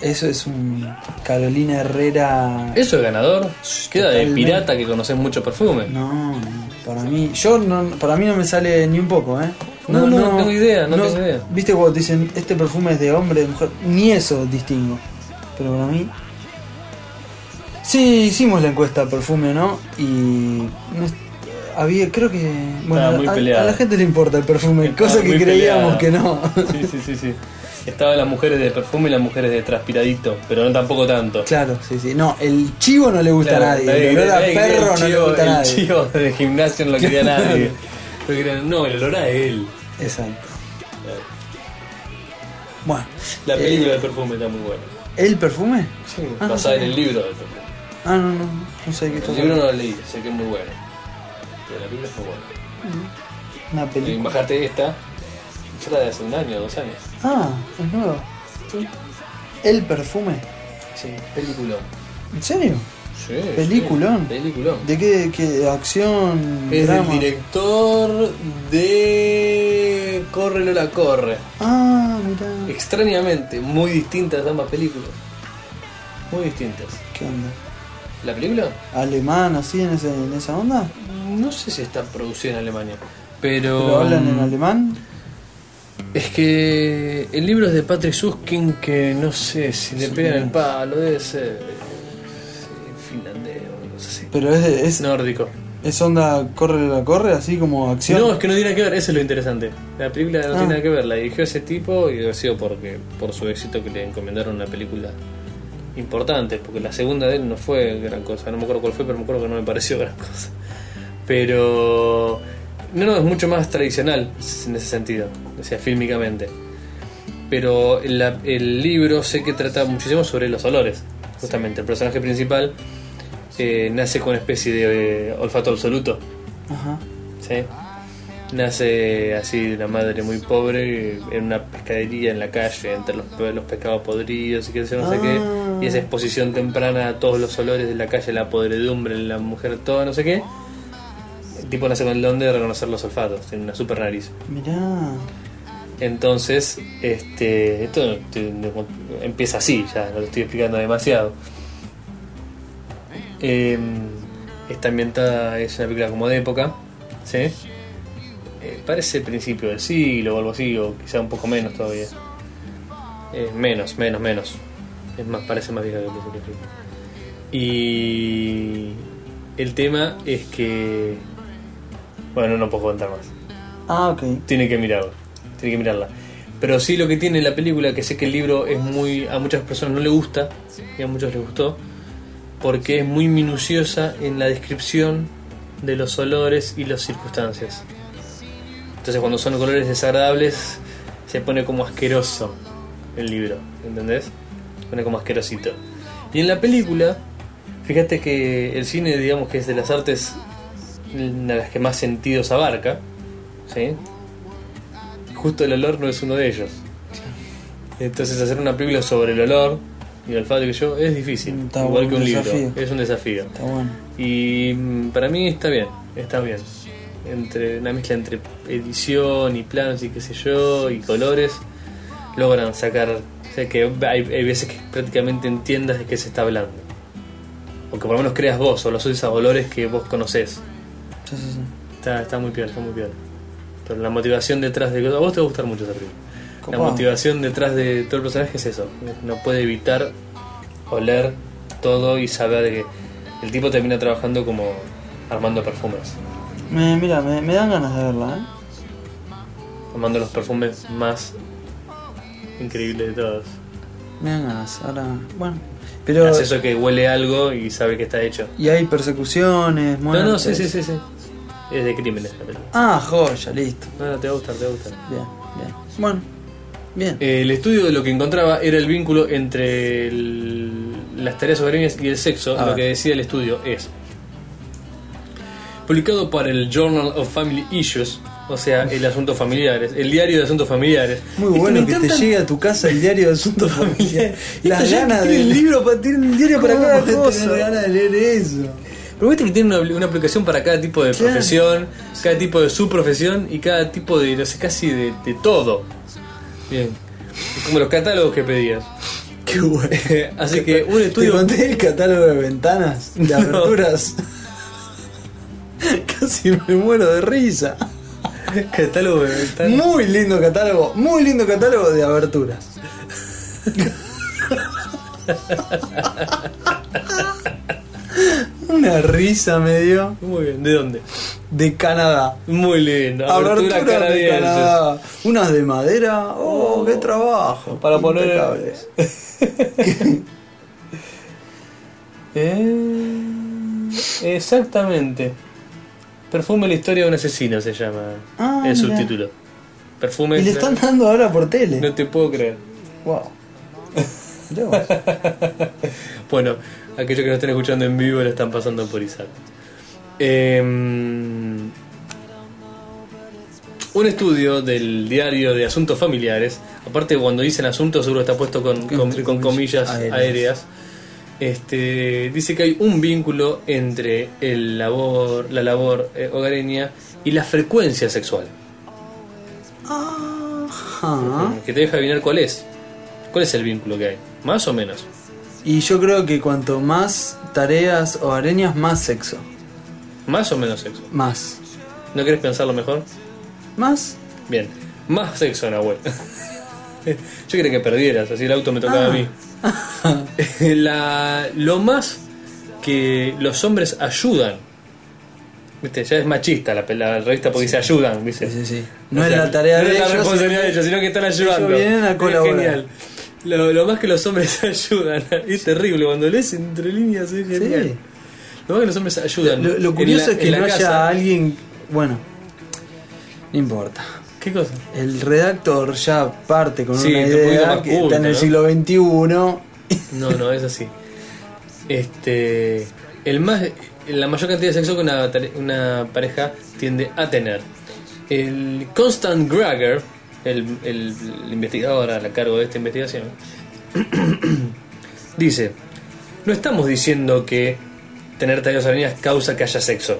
S1: Eso es un Carolina Herrera.
S2: Eso es ganador. Queda de
S1: Totalmente.
S2: pirata que conoces mucho perfume.
S1: No, no, para mí, yo no, para mí no me sale ni un poco, ¿eh?
S2: No, no, tengo idea, no tengo idea.
S1: Viste cuando te dicen este perfume es de hombre, de mujer, ni eso distingo. Pero para mí, sí hicimos la encuesta perfume, ¿no? Y no es- había, creo que, bueno,
S2: muy
S1: a, a
S2: peleada.
S1: la gente le importa el perfume,
S2: Estaba
S1: cosa que
S2: muy
S1: creíamos
S2: peleada.
S1: que no.
S2: Sí, sí, sí, sí. Estaban las mujeres de perfume y las mujeres de transpiradito, pero no tampoco tanto.
S1: claro, sí, sí. No, el chivo no le gusta
S2: Claro,
S1: a nadie,
S2: nadie
S1: el olor
S2: quería-
S1: a
S2: nadie quería
S1: perro
S2: el
S1: no le
S2: chivo-
S1: gusta a
S2: el
S1: nadie.
S2: chivo de gimnasio no lo quería nadie. No querían- no, el olor a él.
S1: Exacto. Bueno,
S2: La
S1: eh,
S2: película de perfume está muy buena.
S1: ¿el perfume? Ah, no
S2: Basada en
S1: sabía.
S2: el libro del perfume.
S1: Ah, no, no, no sé qué
S2: El
S1: estás
S2: libro no
S1: hablando.
S2: lo leí, sé que es muy bueno. Pero la película es muy buena.
S1: Una
S2: Y
S1: película.
S2: bajate esta, ya era de hace un año, dos años.
S1: Ah, es nuevo. El perfume.
S2: Sí, peliculón.
S1: ¿En serio?
S2: Sí.
S1: Peliculón.
S2: sí, Peliculón.
S1: ¿De qué, qué acción?
S2: Es del
S1: drama?
S2: director de Corre Lola Corre.
S1: Ah, mirá.
S2: Extrañamente, muy distintas ambas películas. Muy distintas.
S1: ¿Qué onda?
S2: ¿La película?
S1: ¿Alemán así en, ese- en esa onda?
S2: No sé si está producida en Alemania. Pero, mm,
S1: ¿Pero hablan en alemán?
S2: Es que el libro es de Patrick Suskin que no sé si le pegan el palo, debe ser sí, finlandés o algo así.
S1: ¿Pero es, de- es,
S2: Nórdico.
S1: es onda corre la corre así como acción?
S2: No, es que no tiene nada que ver, eso es lo interesante. La película no
S1: Ah.
S2: tiene nada que ver, la dirigió ese tipo y ha sido porque, por su éxito que le encomendaron una película importante, porque la segunda de él no fue gran cosa, no me acuerdo cuál fue, pero me acuerdo que no me pareció gran cosa. Pero... No, no, es mucho más tradicional en ese sentido, o sea, fílmicamente. Pero la- el libro sé que trata muchísimo sobre los olores, justamente. El personaje principal eh, nace con una especie de eh, olfato absoluto.
S1: Ajá.
S2: ¿sí? Nace así de una madre muy pobre en una pescadería en la calle, entre los, pe- los pescados podridos y qué sé yo, no sé qué.
S1: Ah.
S2: Y esa exposición temprana a todos los olores de la calle, la podredumbre, la mujer, todo, no sé qué. El tipo nace con el don de reconocer los olfatos, tiene una super nariz.
S1: Mirá.
S2: Entonces, este, esto te- te- empieza así, ya no te estoy explicando demasiado. Eh, está ambientada, es una película como de época, ¿sí? Eh, parece principio del siglo o algo así, o quizá un poco menos todavía. Eh, menos, menos, menos. Es más, parece más vieja que el principio del siglo. Y el tema es que... Bueno, no puedo contar más
S1: Ah, ok.
S2: tiene que mirarla. Tiene que mirarla. Pero sí lo que tiene la película, que sé que el libro es muy. a muchas personas no le gusta, y a muchos les gustó, porque es muy minuciosa en la descripción de los olores y las circunstancias. Entonces cuando son colores desagradables, se pone como asqueroso el libro, ¿entendés? Se pone como asquerosito. Y en la película, fíjate que el cine, digamos que es de las artes de las que más sentidos abarca, ¿sí? Justo el olor no es uno de ellos. Entonces hacer una película sobre el olor y el olfato que yo es difícil,
S1: Mm, Está
S2: igual
S1: bueno,
S2: que un
S1: un
S2: libro,
S1: desafío.
S2: es un desafío.
S1: Está bueno.
S2: Y mm, para mí está bien, está bien. Entre una mezcla entre edición y planos y qué sé yo, y colores, logran sacar. O sea que hay, hay veces que prácticamente entiendas de qué se está hablando. O que por lo menos creas vos, o los uses a olores que vos conocés.
S1: Sí, sí, sí.
S2: Está, está muy bien, está muy bien. Pero la motivación detrás de. A vos te va a gustar mucho esa película. La
S1: Copado.
S2: motivación detrás de todo el personaje es eso. No puede evitar oler todo y saber que el tipo termina trabajando como armando perfumes.
S1: Me, mira, me, me dan ganas de verla, ¿eh?
S2: Armando los perfumes más increíbles de todos.
S1: Me dan ganas. Ahora, bueno. Pero...
S2: Hace eso que huele algo y sabe que está hecho.
S1: Y hay persecuciones,
S2: No,
S1: muertes.
S2: no, sí, sí, sí, sí. Es de crímenes la película.
S1: Ah, joya, listo.
S2: No, no, te va a gustar, te va a gustar.
S1: Bien, bien. Bueno, bien.
S2: El estudio de lo que encontraba era el vínculo entre el- las tareas hogareñas y el sexo,
S1: A
S2: lo
S1: ver.
S2: que decía el estudio es. Publicado para el Journal of Family Issues, O sea, el asunto familiares, el diario de asuntos familiares.
S1: Muy
S2: Esto
S1: bueno
S2: me
S1: que te
S2: encantan
S1: llegue a tu casa el diario de asuntos familiares.
S2: Y
S1: Las
S2: esto ya
S1: ganas
S2: tiene
S1: de.
S2: el libro para- tiene el diario para
S1: ¿Cómo
S2: cada
S1: vas a
S2: cosa.
S1: tener ganas de leer eso.
S2: Pero viste que tiene una, una aplicación para cada tipo de
S1: Claro.
S2: profesión, cada tipo de subprofesión y cada tipo de, no sé, casi de, de todo. Bien. Es Como los catálogos que pedías.
S1: Qué bueno.
S2: Así que un
S1: Eh, ¿Te
S2: estudio
S1: conté el catálogo de ventanas? De
S2: No.
S1: aberturas. Casi me muero de risa.
S2: catálogo de ventanas.
S1: Muy lindo catálogo, muy lindo catálogo de aberturas. Una risa me dio
S2: Muy bien, ¿de dónde?
S1: de Canadá.
S2: Muy lindo. Abertura
S1: Aberturas de
S2: canadienses.
S1: Canadá. Unas de madera. Oh, qué trabajo.
S2: Para poner-
S1: Impecables.
S2: Eh, exactamente. Perfume la historia de un asesino se llama
S1: Ah,
S2: el
S1: mira.
S2: subtítulo. Perfume.
S1: Y le están dando ahora por tele.
S2: No te puedo creer.
S1: Wow. Mirá vos.
S2: Bueno, aquellos que no estén escuchando en vivo lo están pasando por Isaac. Eh, un estudio del diario de asuntos familiares, aparte cuando dicen asuntos seguro está puesto con, con-
S1: Entre
S2: con comillas
S1: comillas
S2: aéreas,
S1: aéreas.
S2: este, dice que hay un vínculo entre el labor, la labor eh, hogareña y la frecuencia sexual.
S1: Ajá.
S2: Que te deja adivinar cuál es. ¿Cuál es el vínculo que hay? Más o menos.
S1: Y yo creo que cuanto más tareas o areñas, más sexo.
S2: Más o menos sexo.
S1: Más.
S2: ¿No querés pensarlo mejor?
S1: Más.
S2: Bien, más sexo, Nahuel. Yo quería que perdieras, así el auto me tocaba
S1: Ah.
S2: a mí. La- lo más que los hombres ayudan, ¿viste? ya es machista la, pe- la revista porque dice ayudan, dice.
S1: Sí, sí, sí. No
S2: O
S1: es
S2: sea,
S1: la tarea
S2: no
S1: de
S2: es la
S1: ellos,
S2: responsabilidad
S1: sino-
S2: de ellos, sino que están
S1: ellos
S2: ayudando.
S1: vienen a
S2: Es
S1: colaborar.
S2: genial. Lo, lo más que los hombres ayudan, es terrible, cuando lees entre líneas es genial.
S1: Sí.
S2: Lo más que los hombres ayudan.
S1: Lo, lo
S2: en
S1: curioso
S2: la-
S1: es
S2: en
S1: que
S2: la
S1: no haya
S2: casa-
S1: alguien. Bueno, no importa.
S2: ¿Qué cosa?
S1: El redactor ya parte con
S2: Sí,
S1: una
S2: está un poquito
S1: idea
S2: más
S1: que
S2: culto,
S1: está en el
S2: ¿no?
S1: siglo XXI.
S2: No, no, es así. Este, el más, la mayor cantidad de sexo que una, tare- una pareja tiende a tener. El Constant Grager, el, el- el investigador a la cargo de esta investigación, dice: No estamos diciendo que tener tareas arenas causa que haya sexo.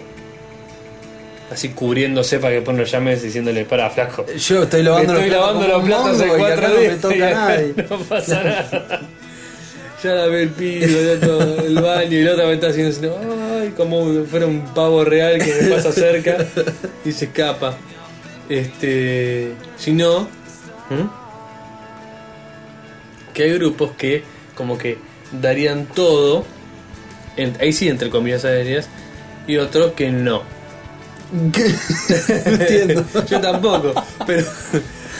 S2: Así cubriéndose para que pone los llames diciéndole: Para, flaco.
S1: Yo estoy lavando
S2: Estoy
S1: los platos
S2: lavando
S1: como
S2: los
S1: un
S2: platos hace
S1: mongo y acá
S2: cuatro
S1: no me
S2: días.
S1: toca
S2: y acá
S1: nadie.
S2: No pasa nada. Ya lavé el piso, ya todo el baño y la otra me está haciendo así, ay, como fuera un pavo real que me pasa cerca y se escapa. Este, si no, ¿Mm? que hay grupos que como que darían todo, en- ahí sí entre comillas aéreas, y otros que no.
S1: No entiendo.
S2: Yo tampoco, pero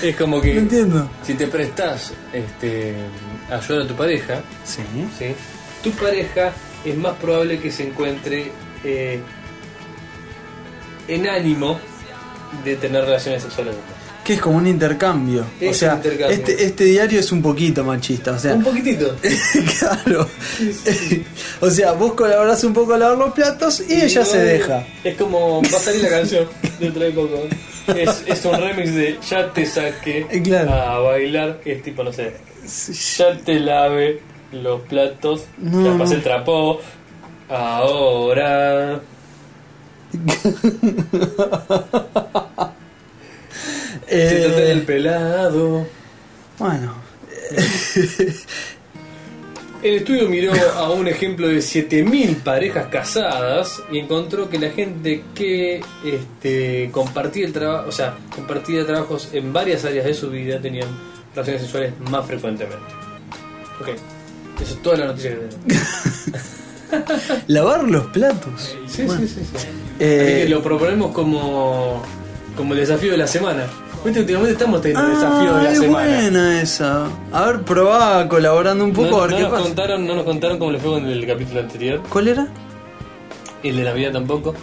S2: es como que
S1: No entiendo.
S2: si te prestas este, ayuda a tu pareja,
S1: Sí.
S2: ¿sí? tu pareja es más probable que se encuentre eh, en ánimo de tener relaciones sexuales.
S1: Que es como un intercambio.
S2: Es
S1: o sea,
S2: un intercambio.
S1: Este, este diario es un poquito machista. O sea,
S2: Un poquitito.
S1: claro. o sea, vos colaborás un poco a lavar los platos y, ella se
S2: no,
S1: deja.
S2: Es como va a salir la canción dentro de poco. Es, es un remix de Ya te saqué
S1: Eh, claro.
S2: a bailar. Es tipo, no sé. Ya te lave los platos. ya pasé el trapo. Ahora. Se
S1: Eh,
S2: trata del pelado.
S1: Bueno,
S2: El estudio miró a un ejemplo de 7000 parejas casadas y encontró que la gente que este, compartía el trabajo, o sea, compartía trabajos en varias áreas de su vida tenían relaciones sexuales más frecuentemente. Ok, eso es toda la noticia que tenemos.
S1: lavar los platos.
S2: Sí,
S1: Bueno.
S2: sí, sí, sí. Así
S1: Eh,
S2: que lo proponemos como como el desafío de la semana. Viste, últimamente estamos teniendo el desafío de
S1: ah,
S2: la
S1: es
S2: semana.
S1: buena esa. A ver, probá colaborando un
S2: No,
S1: poco a ver
S2: no
S1: qué
S2: nos
S1: pasa.
S2: contaron, no nos contaron cómo les fue en el capítulo anterior.
S1: ¿Cuál era?
S2: El de Navidad tampoco.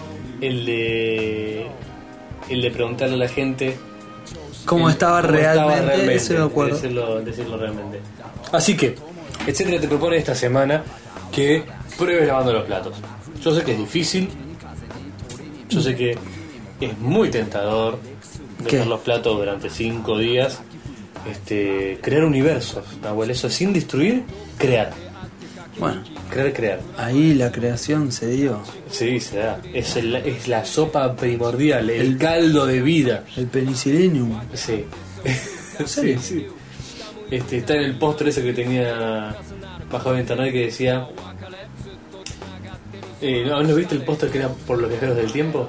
S2: El de. El de preguntarle a la gente.
S1: ¿Cómo
S2: el-
S1: estaba
S2: cómo
S1: realmente?
S2: realmente,
S1: Ese me acuerdo.
S2: Decirlo, decirlo realmente. Así que, etcétera, te propone esta semana que pruebes lavando los platos. Yo sé que es difícil. Yo sé que es muy tentador.
S1: ¿Qué?
S2: dejar los platos durante cinco días, este, crear universos, Nahuel, eso sin destruir, crear,
S1: Bueno,
S2: crear, crear.
S1: ahí la creación se dio.
S2: Sí, se da. Es, el- es la sopa primordial, el, caldo de vida.
S1: El penicilinium.
S2: Sí. sí,
S1: serio?
S2: sí. Este, está en el postre ese que tenía bajado de internet que decía. Eh, ¿no, ¿No viste el póster que era por los viajeros del tiempo?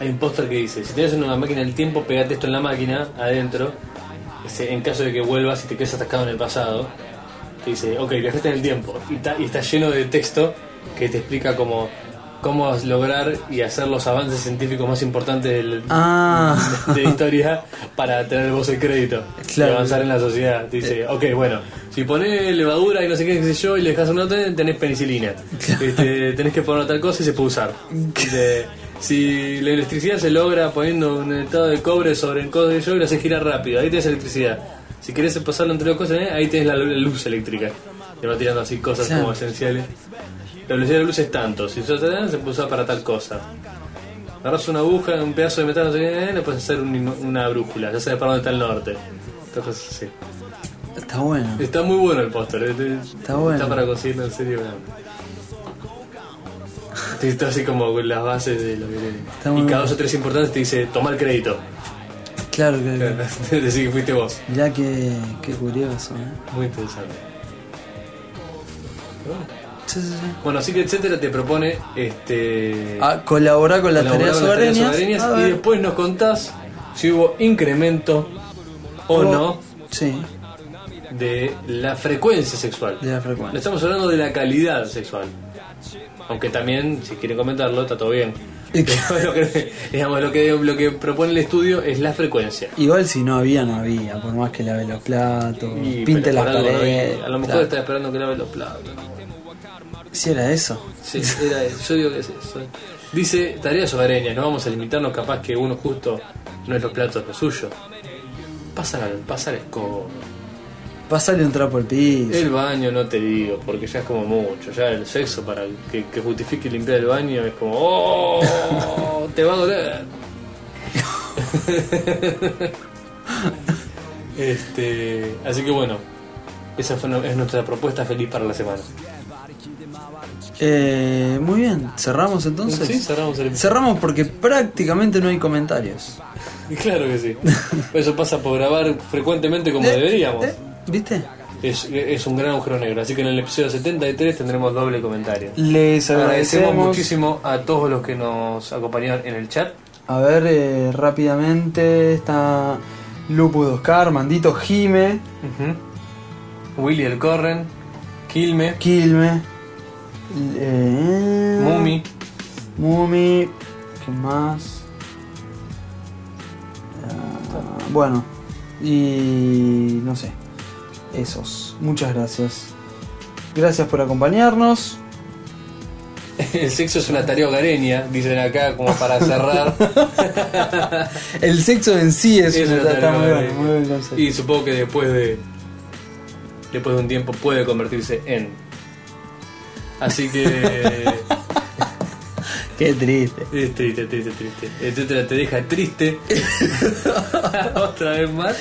S2: Hay un póster que dice: Si tienes una máquina del tiempo, pegate esto en la máquina, adentro. Este, en caso de que vuelvas y te quedes atascado en el pasado, te dice: Ok, viajaste en el tiempo. Y, ta- y está lleno de texto que te explica cómo, cómo lograr y hacer los avances científicos más importantes del,
S1: Ah,
S2: de historia para tener vos el crédito
S1: Claro. Eh.
S2: y avanzar en la sociedad. Dice, ok, bueno, si ponés levadura y no sé qué, qué sé yo, y le dejas un note, tenés penicilina. Este, tenés que poner tal cosa y se puede usar. Dice, si la electricidad se logra poniendo un estado de cobre sobre el codo de yo y lo haces girar rápido, ahí tenés electricidad. Si querés pasarlo entre dos cosas, ¿eh? ahí tenés la lu- la luz eléctrica. Te va tirando así cosas
S1: Claro.
S2: como esenciales. La velocidad de la luz es tanto, si usas tal, se puede usar para tal cosa. Agarras una aguja, un pedazo de metal, no sé qué, le puedes hacer un- una brújula, ya sabes para dónde está el norte. Estas cosas así.
S1: está bueno.
S2: Está muy bueno el póster, eh, te-
S1: Está bueno.
S2: Está para conseguirlo en serio. bueno. Te- Está así como con las bases de lo que tiene.
S1: Está muy
S2: Y
S1: bueno.
S2: cada dos o tres importantes te dice tomar crédito.
S1: Claro que.
S2: Decir que fuiste vos.
S1: Mirá que, qué curioso, ¿eh?
S2: Muy interesante.
S1: Sí, sí, sí.
S2: Bueno, así que etcétera te propone este.
S1: Ah, colaborar con las
S2: colaborar
S1: tareas
S2: con las tareas
S1: hogareñas.
S2: hogareñas
S1: A
S2: y
S1: ver.
S2: después nos contás si hubo incremento o no
S1: Sí,
S2: de la frecuencia sexual.
S1: de la
S2: No
S1: frecuencia.
S2: estamos hablando de la calidad sexual. Aunque también, si quieren comentarlo, está todo bien.
S1: Y que-
S2: Pero lo que, digamos, lo que, lo que propone el estudio es la frecuencia.
S1: Igual si no había, no había. Por más que lave los platos,
S2: Y,
S1: pinte
S2: pero
S1: Mm. las
S2: por algo no
S1: paredes.
S2: había- a lo mejor
S1: claro.
S2: está esperando que lave los platos.
S1: Si era eso.
S2: Sí, era eso. Yo digo que es eso. Dice tareas hogareñas, no vamos a limitarnos, capaz que uno justo no es los platos, lo suyo. Pasa la, pasa la escoba.
S1: Pasarle un trapo al piso.
S2: El baño no te digo, porque ya es como mucho. Ya el sexo para que, que justifique limpiar el baño es como, ¡oh! ¡Te va a doler! este, así que bueno, esa fue, nu- es nuestra propuesta feliz para la semana.
S1: Eh, muy bien, cerramos entonces.
S2: Sí, cerramos el episodio.
S1: Cerramos porque prácticamente no hay comentarios.
S2: Claro que sí. Eso pasa por grabar frecuentemente como
S1: Eh,
S2: deberíamos.
S1: eh, ¿Viste?
S2: Es, es un gran agujero negro. Así que en el episodio 73 tendremos doble comentario.
S1: Les
S2: Agradecemos muchísimo a todos los que nos acompañaron en el chat.
S1: A ver, eh, rápidamente está Lupus Oscar, Mandito Jime,
S2: Ujú. Willy el Corren, Quilme,
S1: Quilme, eh,
S2: Mumi,
S1: Mumi, ¿qué más? Ah, bueno, y no sé, esos. Muchas gracias. Gracias por acompañarnos.
S2: el sexo es una tarea hogareña, dicen acá como para cerrar.
S1: El sexo en sí es,
S2: Es
S1: una-
S2: una
S1: está
S2: tarea
S1: muy
S2: hogareña.
S1: bueno, muy buen concepto.
S2: y supongo que después de después de un tiempo puede convertirse en. Así que
S1: Qué triste.
S2: es triste, triste, triste. Etcétera te deja triste. Otra vez más.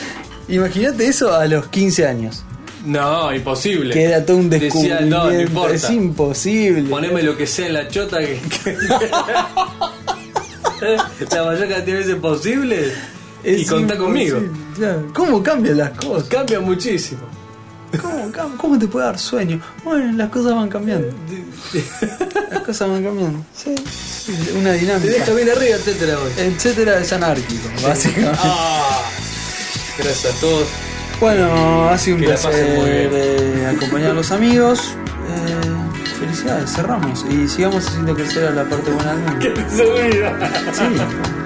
S1: Imagínate eso a los 15 años.
S2: No, imposible.
S1: Que era todo un
S2: Decía,
S1: descubrimiento.
S2: no, no importa.
S1: es imposible.
S2: Poneme lo que sea en la chota que. que- la mayor cantidad de veces posible
S1: Es
S2: y contá
S1: imposible,
S2: conmigo.
S1: claro. ¿Cómo cambian las cosas?
S2: Cambia muchísimo.
S1: ¿Cómo, cam- cómo te puede dar sueño? Bueno, las cosas van cambiando. Las cosas van cambiando. Sí. Una
S2: Te
S1: dinámica.
S2: deja bien arriba, etcétera, hoy.
S1: Etcétera es anárquico, básicamente.
S2: Ah, gracias a todos.
S1: Bueno, ha sido un
S2: Que la pasen muy
S1: placer
S2: bien.
S1: eh, acompañar a los amigos. Eh, felicidades, cerramos y sigamos haciendo crecer a la parte buena del mundo.
S2: ¡Qué subida!
S1: Sí.